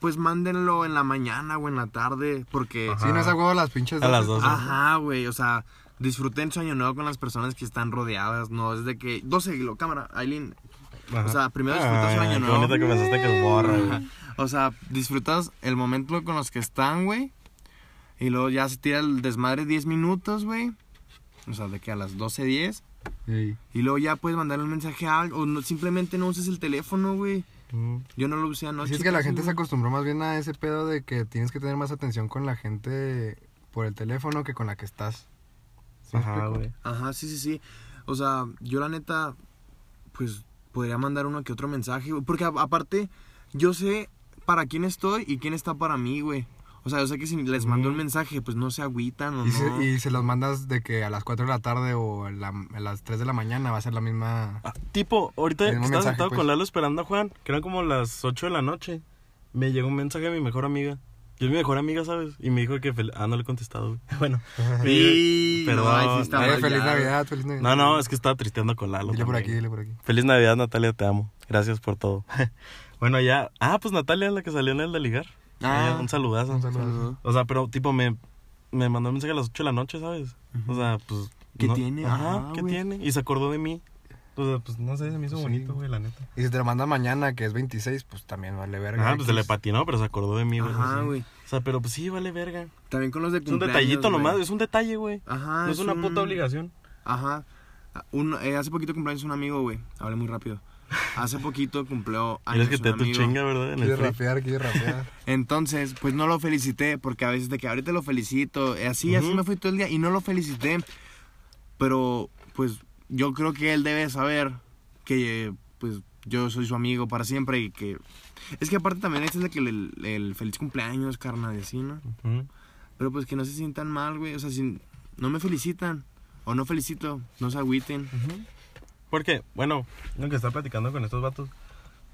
S3: pues mándenlo en la mañana o en la tarde, porque...
S1: Ajá.
S2: Sí, no es a huevo las pinches.
S1: A las
S2: doce.
S1: doce.
S3: Ajá, güey, o sea, disfruten su Año Nuevo con las personas que están rodeadas, no es de que... 12, lo, cámara, Aileen.
S1: Ajá.
S3: O sea, primero disfrutas
S1: Ay,
S3: el año
S1: qué
S3: nuevo.
S1: bonito que pensaste que es borra, güey.
S3: O sea, disfrutas el momento con los que están, güey. Y luego ya se tira el desmadre 10 minutos, güey. O sea, de que a las 12.10.
S2: Ey.
S3: Y luego ya puedes mandar un mensaje a algo. O no- simplemente no uses el teléfono, güey.
S1: Mm.
S3: Yo no lo usé anoche.
S2: Sí, es que la
S3: casi,
S2: gente se
S3: güey.
S2: acostumbró más bien a ese pedo de que tienes que tener más atención con la gente por el teléfono que con la que estás. ¿Sí me
S1: Ajá,
S2: explico?
S1: güey.
S3: Ajá, sí, sí, sí. O sea, yo la neta, pues podría mandar uno que otro mensaje, güey, porque a- aparte, yo sé para quién estoy y quién está para mí, güey. O sea, yo sé que si les mando un
S1: Ujú.
S3: mensaje, pues no se agüitan o
S2: Y,
S3: no.
S2: se, y se los mandas de que a las 4 de la tarde o la- a las 3 de la mañana va a ser la misma...
S1: Ah, tipo, ahorita
S2: El
S1: que
S2: mismo
S1: estaba
S2: mensaje,
S1: sentado
S2: pues.
S1: con Lalo esperando a Juan, que eran como las 8 de la noche, me llegó un mensaje de mi mejor amiga. Que es mi mejor amiga, ¿sabes? Y me dijo que... fel- Ah, no le he contestado, güey. Bueno. me-
S3: Y-
S1: Perdón.
S3: no, ahí sí está
S2: Eh,
S3: mal,
S2: feliz
S3: ya,
S2: Navidad, feliz Navidad.
S1: No, no, es que estaba tristeando con Lalo.
S2: Dile por aquí,
S1: también.
S2: dile por aquí.
S1: Feliz Navidad, Natalia, te amo. Gracias por todo. bueno, ya. Ah, pues Natalia es la que salió en el de ligar.
S3: Ah.
S1: Ella, un saludazo.
S2: Un saludo.
S3: Saludo.
S1: O sea, pero tipo me, me mandó un mensaje a las 8 de la noche, ¿sabes? O sea, pues.
S3: ¿Qué tiene?
S1: Ajá,
S3: Ajá,
S1: ¿qué
S3: güey.
S1: tiene? Y se acordó de mí. O sea, pues no sé, se me hizo
S2: Sí.
S1: bonito, güey, la neta.
S2: Y si te lo mandan mañana, que es 26, pues también vale verga.
S1: Ah, pues se le patinó, pero se acordó de mí, güey.
S3: Ajá,
S1: Sí.
S3: güey.
S1: O sea, pero pues sí, vale verga.
S3: También con los de
S1: Es un
S3: cumpleaños.
S1: detallito
S3: güey.
S1: nomás, es un detalle, güey.
S3: Ajá.
S1: No es una
S3: un-
S1: puta obligación.
S3: Ajá. Un- eh, hace poquito cumpleaños un amigo, güey. Hablé muy rápido. Hace poquito cumplió
S1: Tienes
S3: años
S1: que
S3: Ah, un
S1: te dé tu
S3: amigo.
S1: chinga, ¿verdad? En el
S2: Quiere
S1: free.
S2: rapear, quiere rapear.
S3: Entonces, pues no lo felicité, porque a veces de que ahorita lo felicito, eh, así, así
S1: Ujú.
S3: me fui todo el día y no lo felicité. Pero, pues, yo creo que él debe saber que, eh, pues, yo soy su amigo para siempre y que... Es que aparte también este es de que el, el feliz cumpleaños, carnal, y así, ¿no?
S1: Ujú.
S3: Pero pues que no se sientan mal, güey, o sea, si no me felicitan o no felicito, no se agüiten.
S1: Porque, bueno, lo que estaba platicando con estos vatos,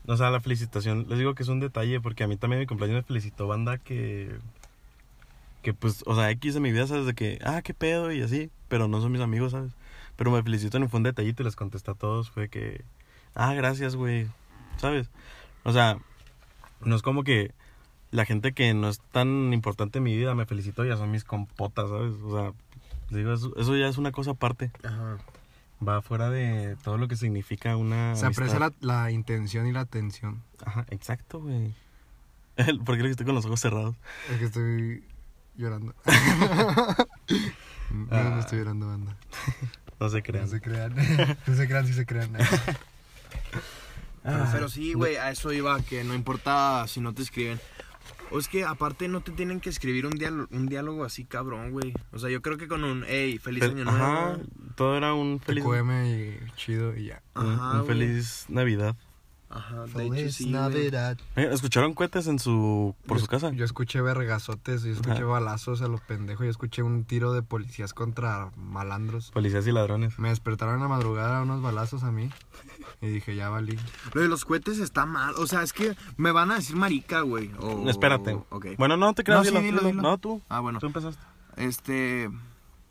S1: o sea, la felicitación, les digo que es un detalle, porque a mí también mi cumpleaños me felicitó banda que, que pues, o sea, X en mi vida, ¿sabes? De que, ah, qué pedo y así, pero no son mis amigos, ¿sabes? Pero me felicitan y fue un detallito y les contesté a todos, fue que, ah, gracias, güey, ¿sabes? O sea, no es como que la gente que no es tan importante en mi vida me felicitó, ya son mis compotas, ¿sabes? O sea, les digo, eso, eso ya es una cosa aparte
S3: Ajá.
S1: va fuera de todo lo que significa una.
S2: se aprecia
S1: Ah, amistad.
S2: la, la intención y la atención.
S1: Ajá, exacto, güey. El- ¿Por qué lo que estoy con los ojos cerrados?
S2: Es que estoy llorando. no,
S1: Ah.
S2: no estoy llorando, banda.
S1: No se crean.
S2: No se crean. No se crean si se crean.
S1: Ah,
S3: Pero sí, güey, a eso iba, que no importa si no te escriben. O es que aparte no te tienen que escribir un, diálogo, un diálogo así cabrón, güey. O sea, yo creo que con un, hey, feliz
S1: fel-
S3: año nuevo.
S1: Ajá, todo era un feliz. Un,
S2: TQM y chido y ya.
S3: güey. Ajá,
S1: un
S3: güey.
S1: feliz Navidad.
S3: Ajá, de hecho sí, güey.
S1: Eh, ¿Escucharon cohetes en su. por
S2: Yo
S1: su
S2: esc-
S1: casa?
S2: Yo escuché vergazotes, yo escuché
S1: Ajá.
S2: balazos a los pendejos, yo escuché un tiro de policías contra malandros.
S1: Policías y ladrones.
S2: Me despertaron en la madrugada unos balazos a mí y dije, ya valí.
S3: Lo de los cohetes está mal. O sea, es que me van a decir marica, güey. o-
S1: Espérate.
S3: Oh, Ok.
S1: Bueno, no te creas.
S3: No, sí,
S1: dilo,
S3: dilo,
S1: dilo.
S3: dilo.
S1: No, tú.
S3: Ah, bueno.
S1: Tú empezaste.
S3: Este,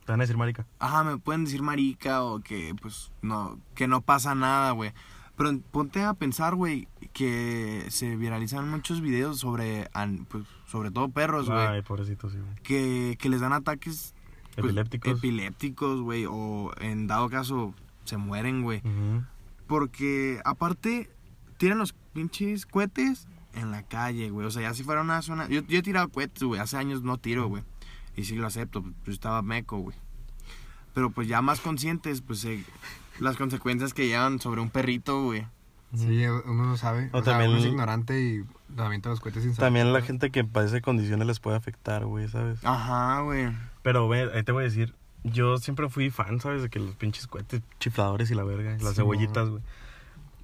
S1: Te van a decir marica.
S3: ajá, me pueden decir marica o que, pues, no, que no pasa nada, güey. Pero ponte a pensar, güey, que se viralizan muchos videos sobre, an- pues, sobre todo perros, güey.
S1: Ay, pobrecito, sí, güey.
S3: que, que les dan ataques pues,
S1: Epilépticos.
S3: epilépticos, güey, o en dado caso se mueren, güey.
S1: Ujú.
S3: Porque aparte tiran los pinches cohetes en la calle, güey. O sea, ya si fuera una zona... Yo, yo he tirado cohetes, güey. Hace años no tiro, güey. Y sí lo acepto. pues, Yo estaba meco, güey. Pero pues ya más conscientes, pues eh, las consecuencias que llevan sobre un perrito, güey.
S2: Sí, uno no sabe.
S1: O
S2: O, sea,
S1: también-
S2: uno es ignorante y también te los cohetes sin saber.
S1: También la gente que padece condiciones les puede afectar, güey, ¿sabes?
S3: Ajá, güey.
S1: Pero, güey, ahí te voy a decir, yo siempre fui fan, ¿sabes? De que los pinches cohetes chifladores y la verga, y las
S2: Sí,
S1: cebollitas, güey.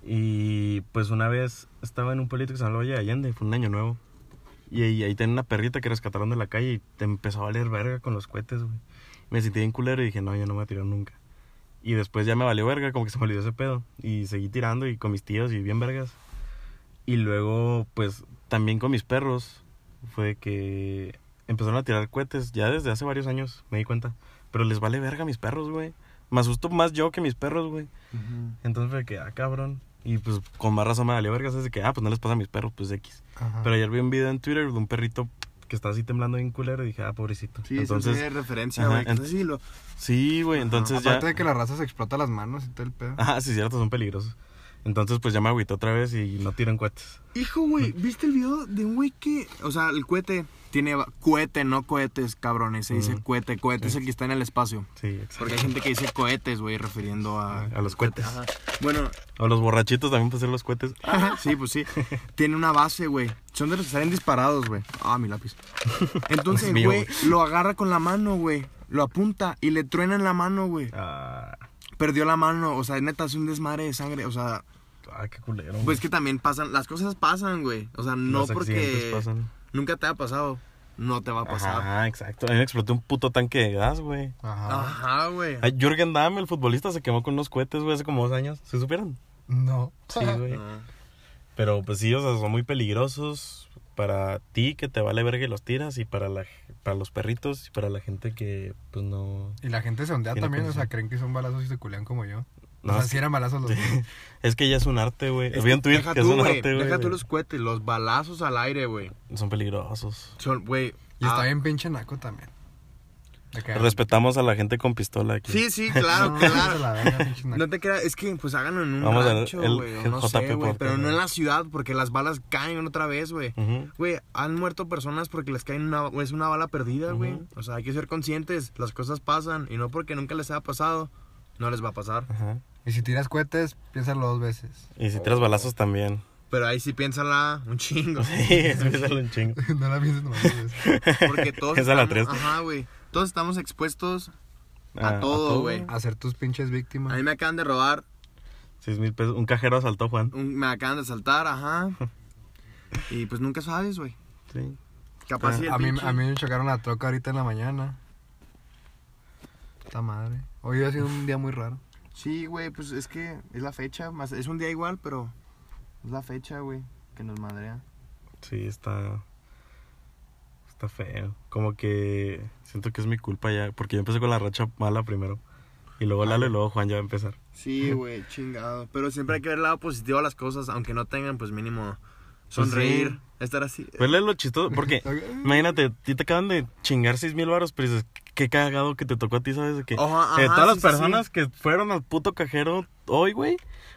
S1: Y pues una vez estaba en un pueblito que se llama Valle de Allende, fue un año nuevo. Y ahí, ahí tenía una perrita que rescataron de la calle y te empezó a valer verga con los cohetes, güey. Me sentí bien culero y dije, no, yo no me voy a tirar nunca. Y después ya me valió verga, como que se me olvidó ese pedo. Y seguí tirando y con mis tíos y bien vergas. Y luego, pues, también con mis perros, fue que empezaron a tirar cohetes ya desde hace varios años, me di cuenta. Pero les vale verga a mis perros, güey. Me asusto más yo que mis perros, güey. Entonces fue que, ah, cabrón. Y pues con más razón me valió verga, ¿sabes? De que, ah, pues no les pasa a mis perros, pues X.
S3: Ah.
S2: Ajá.
S1: Pero ayer vi un video en Twitter de un perrito que está así temblando bien culero y dije, ah, pobrecito.
S3: Sí,
S1: entonces,
S3: eso sí es referencia,
S1: ajá,
S3: güey. que
S1: ent-
S3: no sé si lo-
S1: sí, güey, entonces ya...
S2: Aparte de que la raza se explota las manos y todo el pedo.
S1: Ah, sí, cierto, son peligrosos. Entonces, pues ya me agüité otra vez y no tiran cohetes.
S3: Hijo, güey, ¿viste el video de un güey que. O sea, el cohete tiene. va- Cohete, no cohetes, cabrones. Se dice
S1: Mm.
S3: cohete. Cohete es el que está en el espacio.
S1: Sí, exacto.
S3: Porque hay gente que dice cohetes, güey, refiriendo a.
S1: A los cohetes.
S3: Ajá. Bueno,
S1: O los borrachitos también para hacer los cohetes.
S3: sí, pues sí. Tiene una base, güey. Son de los que salen disparados, güey. Ah, mi lápiz. Entonces,
S1: Es mío,
S3: güey, lo agarra con la mano, güey. Lo apunta y le truena en la mano, güey.
S1: Ah,
S3: Perdió la mano. O sea, neta, es un desmadre de sangre. O sea,
S1: ah, qué culero.
S3: pues que también pasan. Las cosas pasan, güey. O sea, no
S1: Los accidentes
S3: porque.
S1: pasan.
S3: Nunca te ha pasado. No te va a pasar.
S1: Ah, exacto. A mí me explotó un puto tanque de gas, güey.
S2: Ajá.
S3: Ajá, güey.
S1: Ay, Jürgen Damm, el futbolista, se quemó con unos cohetes, güey, hace como dos años. ¿Se supieron?
S2: No.
S1: Sí, güey.
S3: Ah.
S1: Pero pues sí, o sea, son muy peligrosos para ti que te vale verga y los tiras y para, la, para los perritos y para la gente que pues no...
S2: Y la gente se ondea
S1: Tiene
S2: también, o sea,
S1: condición.
S2: creen que son balazos y se culean como yo.
S1: No,
S2: o sea,
S1: sí.
S2: si eran balazos los
S1: Es que ya es un arte, güey.
S3: Es
S1: Vi
S3: que
S1: un tweet
S3: deja
S1: que es
S3: tú,
S1: un
S3: güey,
S1: arte, güey.
S3: Deja tú
S1: de-
S3: los cohetes, los balazos al aire, güey.
S1: Son peligrosos.
S3: Son, güey.
S2: Y está
S3: ah,
S2: bien pinche naco también. De que- "Ah,
S1: Respetamos a la gente con pistola aquí.
S3: Sí, sí, Ah, claro,
S2: No,
S3: claro.
S2: se la verga, pinche naco.
S3: No te creas, es que pues háganlo en un
S1: Vamos a ver,
S3: rancho,
S1: el-
S3: güey, o
S1: el
S3: no
S1: JP
S3: sé, güey,
S1: Porter,
S3: pero no
S1: güey.
S3: en la ciudad porque las balas caen otra vez, güey.
S1: Ujú.
S3: Güey, han muerto personas porque les caen una, es una bala perdida, güey. O sea, hay que ser conscientes, las cosas pasan y no porque nunca les haya pasado, no les va a pasar.
S1: Ajá.
S2: Y si tiras cohetes, piénsalo dos veces.
S1: Y
S3: Oh.
S1: si tiras balazos también.
S3: Pero ahí sí piénsala un chingo.
S1: Sí, eso es un chingo.
S2: no la pienses nomás dos veces.
S3: Porque todos
S1: Esa la tres.
S3: estamos, ajá, güey. Todos estamos expuestos
S1: Ah,
S3: a todo, güey.
S2: Hacer tus pinches víctimas.
S3: A mí me acaban de robar,
S1: Seis mil pesos. Un cajero asaltó a Juan.
S3: un- me acaban de saltar, ajá. Y pues nunca sabes, güey.
S1: Sí.
S3: Capaz
S1: Ah,
S3: si el
S2: A mí,
S3: pinche-
S2: a mí me chocaron la troca ahorita en la mañana. Esta madre. Hoy ha sido un día muy raro.
S3: Sí, güey, pues es que es la fecha, más es un día igual, pero es la fecha, güey, que nos madrea.
S1: Sí, está. Está feo. Como que siento que es mi culpa ya. Porque yo empecé con la racha mala primero. Y luego Lalo y luego Juan ya va a empezar.
S3: Sí, güey, chingado. Pero siempre hay que ver el lado positivo a las cosas, aunque no tengan, pues mínimo sonreír, estar así.
S1: Pero es Pues lo chistoso. Porque, imagínate, a ti te acaban de chingar seis mil baros, pero dices, qué cagado que te tocó a ti, ¿sabes? De que
S3: Ajá,
S1: de
S3: Oh, ajá,
S1: todas las
S3: sí, sí,
S1: personas que fueron al puto cajero hoy, güey,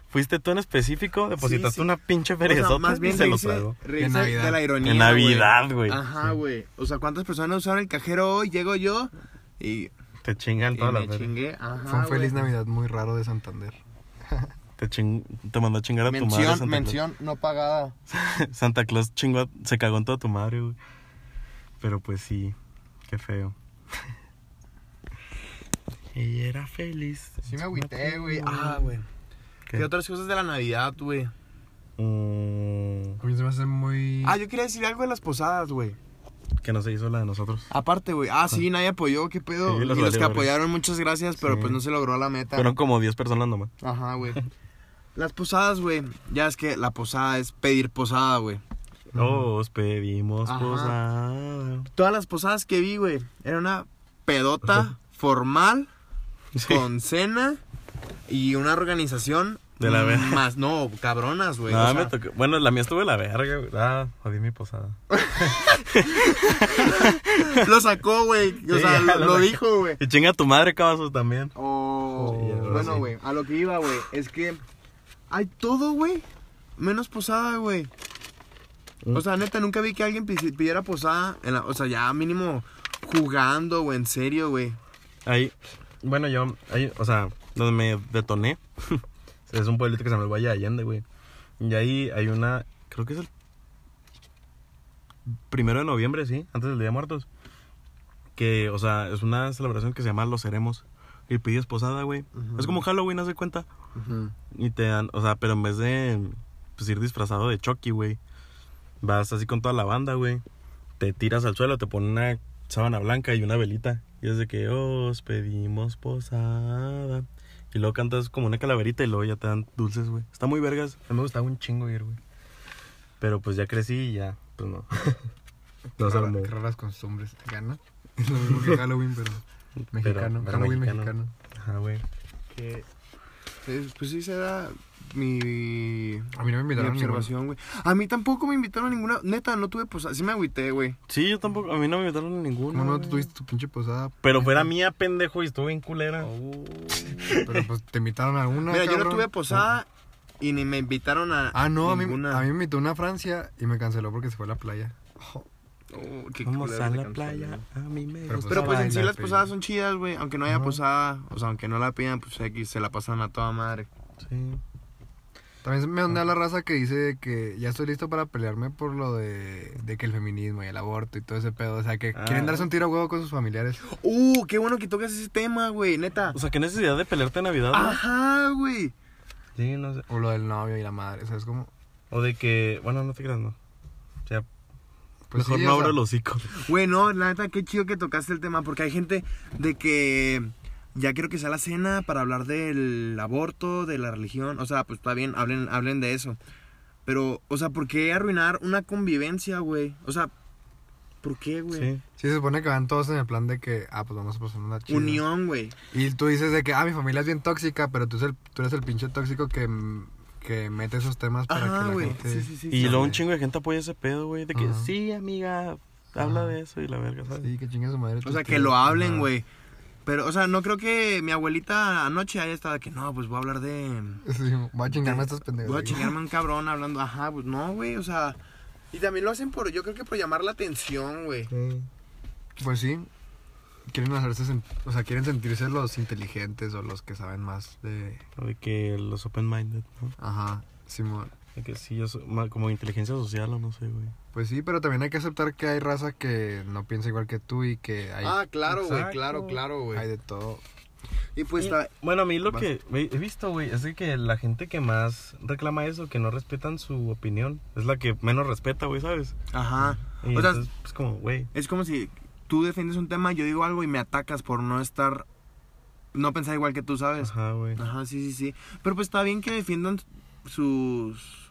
S1: fuiste tú en específico, depositaste
S3: sí.
S1: una pinche
S3: O sea,
S1: perezota
S3: más bien
S1: y se
S3: reírse-
S1: los traigo.
S3: reírse
S2: En Navidad.
S3: de la ironía.
S1: En
S3: güey.
S1: Navidad, güey.
S3: Ajá,
S1: Sí.
S3: güey. O sea, ¿cuántas personas usaron el cajero hoy? Llego yo y,
S1: Te chingan
S3: y
S1: todas
S3: me
S1: las veces.
S3: chingué. Ajá,
S2: Fue un feliz
S3: Ah, güey.
S2: Navidad muy raro de Santander.
S1: Te, ching- te mandó a chingar a tu madre. Santa
S3: Mención,
S1: Claus.
S3: mención no pagada.
S1: Santa Claus chingó, a- se cagó en toda tu madre, güey. Pero pues sí, qué feo. y era feliz.
S3: Sí me agüité, güey. Ah, güey. ¿Qué? otras cosas de la Navidad, güey?
S1: Mm,
S2: A mí se me hace muy...
S3: Ah, yo quería decir algo de las posadas, güey.
S1: que no se hizo la de nosotros.
S3: Aparte, güey. Ah, sí, nadie apoyó, qué
S1: Sí,
S3: pedo. y
S1: los
S3: los
S1: valió,
S3: que
S1: güey.
S3: apoyaron, muchas gracias, pero
S1: Sí.
S3: pues no se logró la meta.
S1: Fueron como 10 personas nomás.
S3: Ajá, güey. Las posadas, güey. Ya es que la posada es pedir posada, güey.
S1: Nos pedimos
S3: Ajá.
S1: posada.
S3: Todas las posadas que vi, güey, era una pedota formal
S1: Sí.
S3: con cena y una organización
S1: De la verga.
S3: más no, cabronas, güey.
S1: No,
S3: o sea,
S1: me tocó- Bueno, la mía estuvo de la verga, güey. Ah, jodí mi posada.
S3: lo sacó, güey. O
S1: Sí,
S3: sea,
S1: ya,
S3: lo,
S1: lo
S3: lo
S1: sacó.
S3: dijo, güey.
S1: Y chinga tu madre, cabazo, también.
S3: Oh,
S1: Sí, ahora
S3: bueno,
S1: sí.
S3: güey, a lo que iba, güey, es que hay todo, güey, menos posada, güey.
S1: Mm.
S3: O sea, neta, nunca vi que alguien pisi- pidiera posada, en la- o sea, ya mínimo jugando, güey, en serio, güey.
S1: Ahí, bueno, yo, ahí, o sea, donde me detoné, es un pueblito que se llama el Valle de Allende, güey. Y ahí hay una, creo que es el primero de noviembre, sí, antes del Día de Muertos. Que, o sea, es una celebración que se llama Los Seremos. Y pides posada, güey.
S3: Ujú.
S1: Es como Halloween, haz de cuenta. Y te dan, o sea, pero en vez de pues, ir disfrazado de Chucky, güey, vas así con toda la banda, güey. Te tiras al suelo, te ponen una sábana blanca y una velita. Y es de que os pedimos posada. Y luego cantas como una calaverita y luego ya te dan dulces, güey. Está muy vergas. A mí me gustaba un chingo ir, güey. Pero pues ya crecí y ya, pues no. no
S2: Qué
S1: se
S2: rara-
S1: armó.
S2: qué raras costumbres. Gana. Lo mismo que Halloween, pero mexicano.
S1: pero
S2: Halloween
S1: mexicano.
S2: mexicano.
S1: Ajá, güey.
S3: Pues, pues sí, será mi,
S2: A mí no me
S3: mi
S2: invitaron a ninguno.
S3: observación, güey. A mí tampoco me invitaron a ninguna, neta, no tuve posada, sí me agüité, güey.
S1: Sí, yo tampoco, a mí no me invitaron a ninguno.
S2: ¿Cómo no
S1: güey.
S2: tuviste tu pinche posada?
S1: Pero fuera mía, pendejo, y estuve en culera.
S2: Pero pues te invitaron a una,
S3: Mira, yo no
S2: cabrón.
S3: tuve posada Y ni me invitaron a.
S2: Ah, no, a mí,
S3: ninguna.
S2: a mí me invitó una a Francia y me canceló porque se fue a la playa.
S3: Oh, qué
S1: Vamos
S3: culero
S1: a
S3: de
S1: la
S3: canción,
S1: playa,
S3: güey.
S1: a mí me
S2: Pero
S1: gusta
S3: Pero pues en sí
S1: bailar.
S3: las
S2: pe-
S3: posadas son chidas, güey. Aunque no haya
S1: Ajá.
S3: posada, o sea, aunque no la pidan, pues X se la pasan a toda madre.
S1: Sí.
S2: También me onda la raza que dice que ya estoy listo para pelearme por lo de, de que el feminismo y el aborto y todo ese pedo. O sea, que
S1: Ah.
S2: quieren darse un tiro a huevo con sus familiares.
S3: Uh, qué bueno que tocas ese tema, güey, neta.
S1: O sea, qué necesidad de pelearte en Navidad,
S2: Ah.
S1: no?
S3: Ajá, güey.
S1: Sí, no sé.
S2: O lo del novio y la madre, ¿sabes cómo?
S1: O de que, bueno, no te creas, no. O sea,
S2: Pues
S1: mejor
S2: sí,
S1: no
S2: o sea,
S1: abro el hocico.
S3: Güey, no, la neta, qué chido que tocaste el tema, porque hay gente de que ya quiero que sea la cena para hablar del aborto, de la religión, o sea, pues está bien, hablen, hablen de eso. Pero, o sea, ¿por qué arruinar una convivencia, güey? O sea, ¿por qué, güey?
S1: Sí.
S2: Sí, se supone que van todos en el plan de que, ah, pues vamos a pasar una chida.
S3: Unión, güey.
S2: Y tú dices de que, ah, mi familia es bien tóxica, pero tú, es el- tú eres el pinche tóxico que, m- que mete esos temas para que
S3: Ajá,
S2: la
S3: güey.
S2: gente...
S3: Sí, sí, sí.
S1: Y
S3: sí.
S1: luego
S2: güey.
S1: un chingo de gente apoya ese pedo, güey. De que,
S2: Ajá.
S1: sí, amiga, habla
S2: Ajá.
S1: de eso y la verga, ¿sabes?
S2: Sí, que chingue su madre.
S3: O
S2: tus
S3: sea, que
S2: tíos.
S3: lo hablen,
S2: Ajá.
S3: güey. Pero, o sea, no creo que mi abuelita anoche haya estado de que no, pues voy a hablar de.
S2: Sí, voy a chingarme a
S3: de-
S2: estos pendejos.
S3: Voy a
S2: güey.
S3: chingarme a un cabrón hablando, ajá, pues no, güey, o sea. Y también lo hacen por, yo creo que por llamar la atención, güey.
S2: Pues sí. Quieren hacerse, sen- o sea, quieren sentirse los inteligentes o los que saben más de...
S1: O de que los open-minded, ¿no?
S2: Ajá, Simón.
S1: De que sí, yo soy- ma- como inteligencia social o no sé, güey.
S2: Pues sí, pero también hay que aceptar que hay raza que no piensa igual que tú y que hay,
S3: Ah, claro, güey,
S1: Exacto.
S3: claro, claro,
S2: hay
S3: güey.
S2: de todo.
S3: Y pues
S1: Y-
S3: está.
S1: Bueno, a mí lo
S3: Vas.
S1: que he he visto, güey, es de que la gente que más reclama eso, que no respetan su opinión, es la que menos respeta, güey, ¿sabes?
S3: Ajá.
S1: Y
S3: O sea,
S1: entonces, pues como, güey,
S3: es como si tú defiendes un tema, yo digo algo y me atacas por no estar. No pensar igual que tú, ¿sabes?
S1: ajá, güey.
S3: Ajá, sí, sí, sí. Pero pues está bien que defiendan sus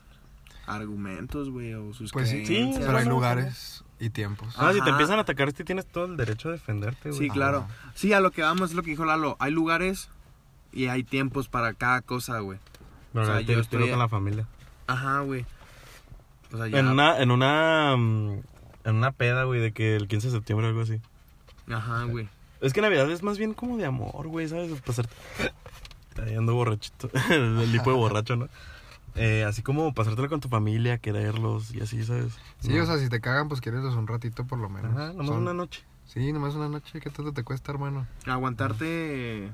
S3: argumentos, güey, o sus
S2: Pues sí,
S3: creencias.
S1: Sí,
S2: pero hay
S1: bueno,
S2: lugares y tiempos.
S1: Ah, si te
S3: Ajá.
S1: empiezan a atacar, este tienes todo el derecho a defenderte, güey.
S3: Sí, claro. Sí, a lo que vamos es lo que dijo Lalo. Hay lugares y hay tiempos para cada cosa, güey.
S1: Pero
S3: O sea,
S1: ahora te
S3: yo
S1: estoy
S3: estoy-
S1: con la familia.
S3: Ajá, güey. O sea, ya.
S1: En una, en una, mm, en una peda, güey, de que el 15 de septiembre o algo así.
S3: Ajá, güey.
S1: Es que Navidad es más bien como de amor, güey, ¿sabes? Pasarte... Ahí ando borrachito. el tipo de borracho, ¿no? Eh, así como pasártelo con tu familia, quererlos y así, ¿sabes?
S2: Sí,
S1: No.
S2: o sea, si te cagan, pues quieres un ratito por lo menos.
S1: Ajá, nomás
S2: Son-
S1: una noche.
S2: Sí, nomás una noche. ¿Qué tanto te cuesta, hermano?
S3: Aguantarte.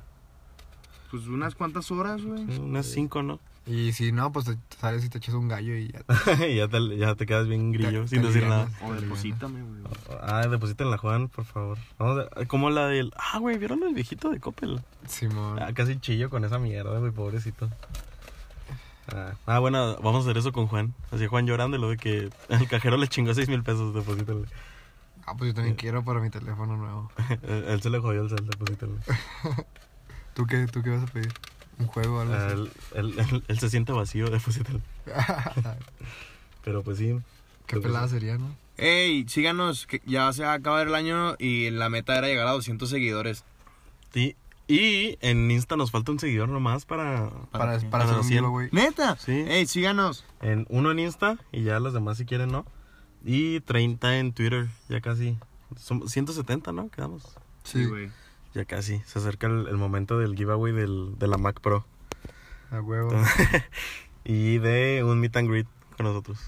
S3: Pues unas cuantas horas, güey.
S1: Sí, Unas cinco, ¿no?
S2: Y si no, pues te te sales y te echas un gallo y ya. te-
S1: y ya te, ya te quedas bien grillo,
S2: te
S1: sin decir
S2: alivianas,
S1: nada.
S2: te
S3: O
S2: alivianas.
S3: deposítame, güey.
S1: Ah, depositen la Juan, por favor. Vamos a- como la del... Ah, güey, ¿vieron el viejito de Coppel?
S2: Simón.
S1: Ah, casi chillo con esa mierda, güey, pobrecito. Ah, ah, bueno, vamos a hacer eso con Juan. Así Juan llorando y lo de que el cajero le chingó seis mil pesos, deposítale.
S2: Ah, pues yo también quiero para mi teléfono nuevo.
S1: Eh, Él se le jodió el cel, deposítale.
S2: ¿Tú qué, ¿Tú qué vas a pedir? ¿Un juego o algo
S1: Ah,
S2: así?
S1: él, él- él- él se siente vacío, deposítale. Pero pues sí.
S2: Qué pelada sería, ¿no?
S3: Ey, síganos, que ya se va a acabar el año y la meta era llegar a 200 seguidores.
S1: Y, y en Insta nos falta un seguidor nomás para...
S2: Para,
S3: qué?
S1: Para
S2: para, hacer un
S1: cien.
S2: hilo, güey.
S3: ¿Neta?
S1: Sí.
S3: Ey, síganos.
S1: En, uno en Insta y ya los demás si quieren, ¿no? Y 30 en Twitter, ya casi. Son 170, ¿no? Quedamos.
S2: Sí,
S1: Ya casi. Se acerca el, el momento del giveaway del, de la Mac Pro.
S2: A huevo.
S1: y de un meet and greet con nosotros.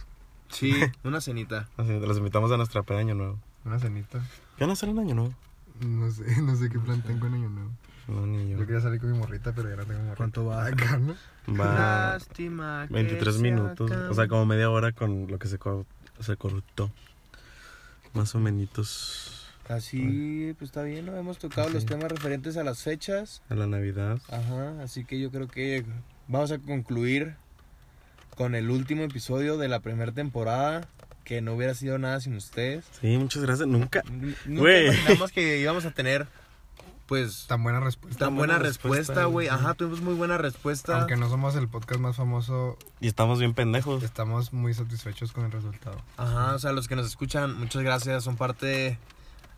S3: Sí, una cenita.
S1: Así, los invitamos a nuestra peda de Año Nuevo.
S2: Una cenita.
S1: ¿Qué van a hacer en Año Nuevo?
S2: No sé, no sé qué plan tengo en año nuevo.
S1: No, ni yo.
S2: Yo quería salir con mi morrita, pero ya no tengo morrita.
S3: ¿Cuánto va?
S2: Ay, carnal.
S1: Va
S3: Lástima. que
S1: 23
S3: se
S1: minutos. O sea,
S3: acabe.
S1: como media hora con lo que se, co- se cortó. Más o menos
S3: Así, pues está bien, ¿no? Hemos tocado los temas referentes a las fechas.
S1: a la Navidad.
S3: Ajá, así que yo creo que vamos a concluir con el último episodio de la primera temporada, que no hubiera sido nada sin ustedes.
S1: Sí, muchas gracias. Nunca.
S3: N-
S1: Güey.
S3: Nunca imaginamos que íbamos a tener, pues, tan,
S2: Tan buena respuesta.
S3: buena,
S1: buena
S3: respuesta,
S1: respuesta,
S3: güey.
S1: güey.
S3: Ajá, tuvimos muy buena respuesta.
S2: Aunque no somos el podcast más famoso,
S1: Y estamos bien pendejos.
S2: estamos muy satisfechos con el resultado.
S3: Ajá, o sea, los que nos escuchan, muchas gracias, son parte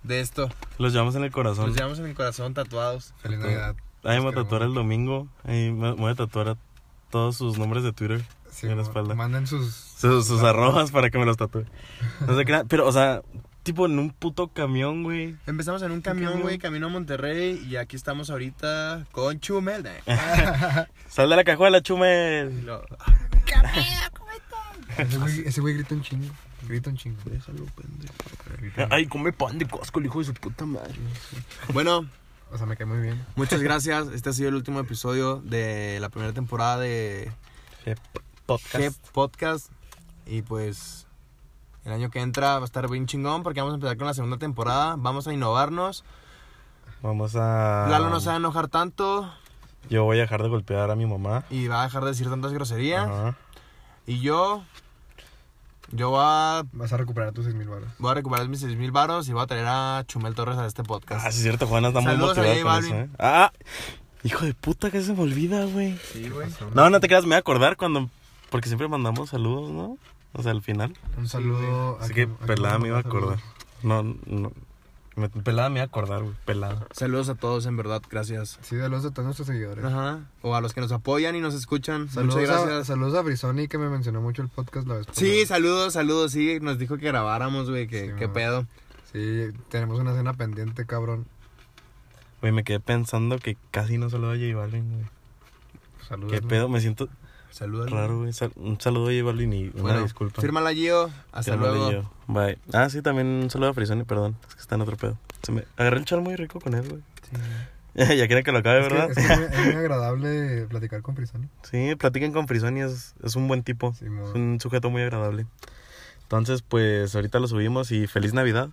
S3: de esto.
S1: Los llevamos en el corazón.
S3: Los llevamos en el corazón tatuados.
S2: Feliz Navidad.
S1: Ahí me voy a
S2: Los
S1: tatuar el
S2: queremos.
S1: domingo. Ahí me me voy a tatuar a todos sus nombres de Twitter.
S2: Sí,
S1: en la
S2: mo-
S1: espalda.
S2: Manden sus.
S1: Sus, sus arrobas para que me los tatúe. No sé qué. Pero, o sea, tipo en un puto camión, güey.
S3: Empezamos en un camión,
S1: camión.
S3: güey, camino a Monterrey y aquí estamos ahorita con Chumel. eh.
S1: Sal de la cajuela, Chumel.
S3: Lo-
S2: Ese güey, ese güey grita un chingo. Grita un chingo. Grita-
S1: Ay, come pan de Costco, el hijo de su puta madre.
S3: Bueno,
S2: O sea, me cae muy bien.
S3: muchas gracias. Este ha sido el último episodio de la primera temporada de G
S1: Podcast.
S3: Podcast. Y pues el año que entra va a estar bien chingón porque vamos a empezar con la segunda temporada. Vamos a innovarnos.
S1: Vamos a.
S3: Lalo no se va a enojar tanto
S1: Yo voy a dejar de golpear a mi mamá.
S3: y va a dejar de decir tantas groserías.
S1: Ajá.
S3: Y yo, yo voy a,
S2: Vas a recuperar tus 6 mil baros.
S3: voy a recuperar mis 6 mil varos y voy a traer a Chumel Torres a este podcast.
S1: Ah, sí, es cierto, Juana está muy
S3: Saludos a
S1: motivada con
S3: J
S1: eso,
S3: Balvin.
S1: ¿eh? Ah, hijo de puta, que se me olvida, güey.
S3: Sí, güey.
S1: No, no te creas, me voy a acordar cuando. Porque siempre mandamos saludos, ¿no? O sea, al final.
S2: Un saludo. a
S1: Así que
S2: quien- a quien
S1: pelada
S2: le
S1: me iba a
S2: mandó saludos.
S1: acordar. No, no. me- pelada me iba a acordar, güey. Pelada.
S3: Saludos a todos, en verdad, gracias.
S2: Sí, saludos a todos nuestros seguidores.
S3: Ajá. O a los que nos apoyan y nos escuchan.
S2: Saludos,
S3: Muchas
S2: A,
S3: gracias.
S2: saludos a Brisoni que me mencionó mucho el podcast la vez pasada.
S3: Sí, saludos, saludos, sí, nos dijo que grabáramos, güey, que
S2: Sí,
S3: qué
S2: mamá.
S3: pedo.
S2: Sí, tenemos una cena pendiente, cabrón.
S1: Güey, me quedé pensando que casi no saludo a J Balvin, güey.
S2: Saludos.
S1: Qué
S2: Pues ¿no?
S1: pedo, me siento
S3: Saludos.
S1: raro, güey. Sal- un saludo a J Balvin y una
S3: Bueno,
S1: disculpa.
S3: Fírmala, Gio.
S1: Que
S3: Hasta
S1: no leí
S3: luego.
S1: yo. Bye. Ah, sí, también un saludo a Frisoni, perdón. Es que está en otro pedo. Se me... Agarré el chal muy rico con él, güey. ya quieren que lo acabe,
S2: Es que-
S1: ¿verdad?
S2: Es, que es muy- es muy agradable platicar con Brisoni.
S1: Sí, platiquen con Frisoni, es, es un buen tipo.
S2: Sí, mo.
S1: es un sujeto muy agradable. Entonces, pues ahorita lo subimos y feliz Navidad.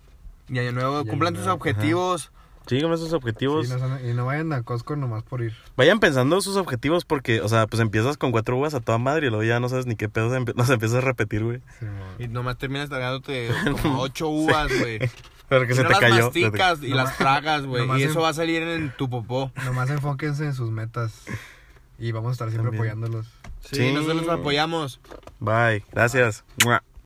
S3: Y año nuevo,
S2: Y
S3: cumplan
S2: año
S3: sus
S2: nuevo,
S3: objetivos.
S1: Sigan esos objetivos.
S2: Sí, no son- y no vayan a Costco nomás por ir.
S1: Vayan pensando sus objetivos porque, o sea, pues empiezas con cuatro uvas a toda madre y luego ya no sabes ni qué pedo se empie- nos empiezas a repetir, güey.
S2: Sí, mo.
S3: Y nomás terminas tragándote como ocho uvas, güey.
S1: Pero que
S3: Y
S1: se
S3: no
S1: te
S3: las
S1: cayó. se te-
S3: masticas y las
S2: Nomás-
S3: tragas, güey.
S2: nomás
S3: Y
S2: en-
S3: eso va a salir en tu popó.
S2: Nomás enfóquense en sus metas. Y vamos a estar siempre
S1: También.
S2: apoyándolos.
S3: Sí,
S1: Sí.
S3: nosotros los apoyamos.
S1: Bye. Gracias. Mua.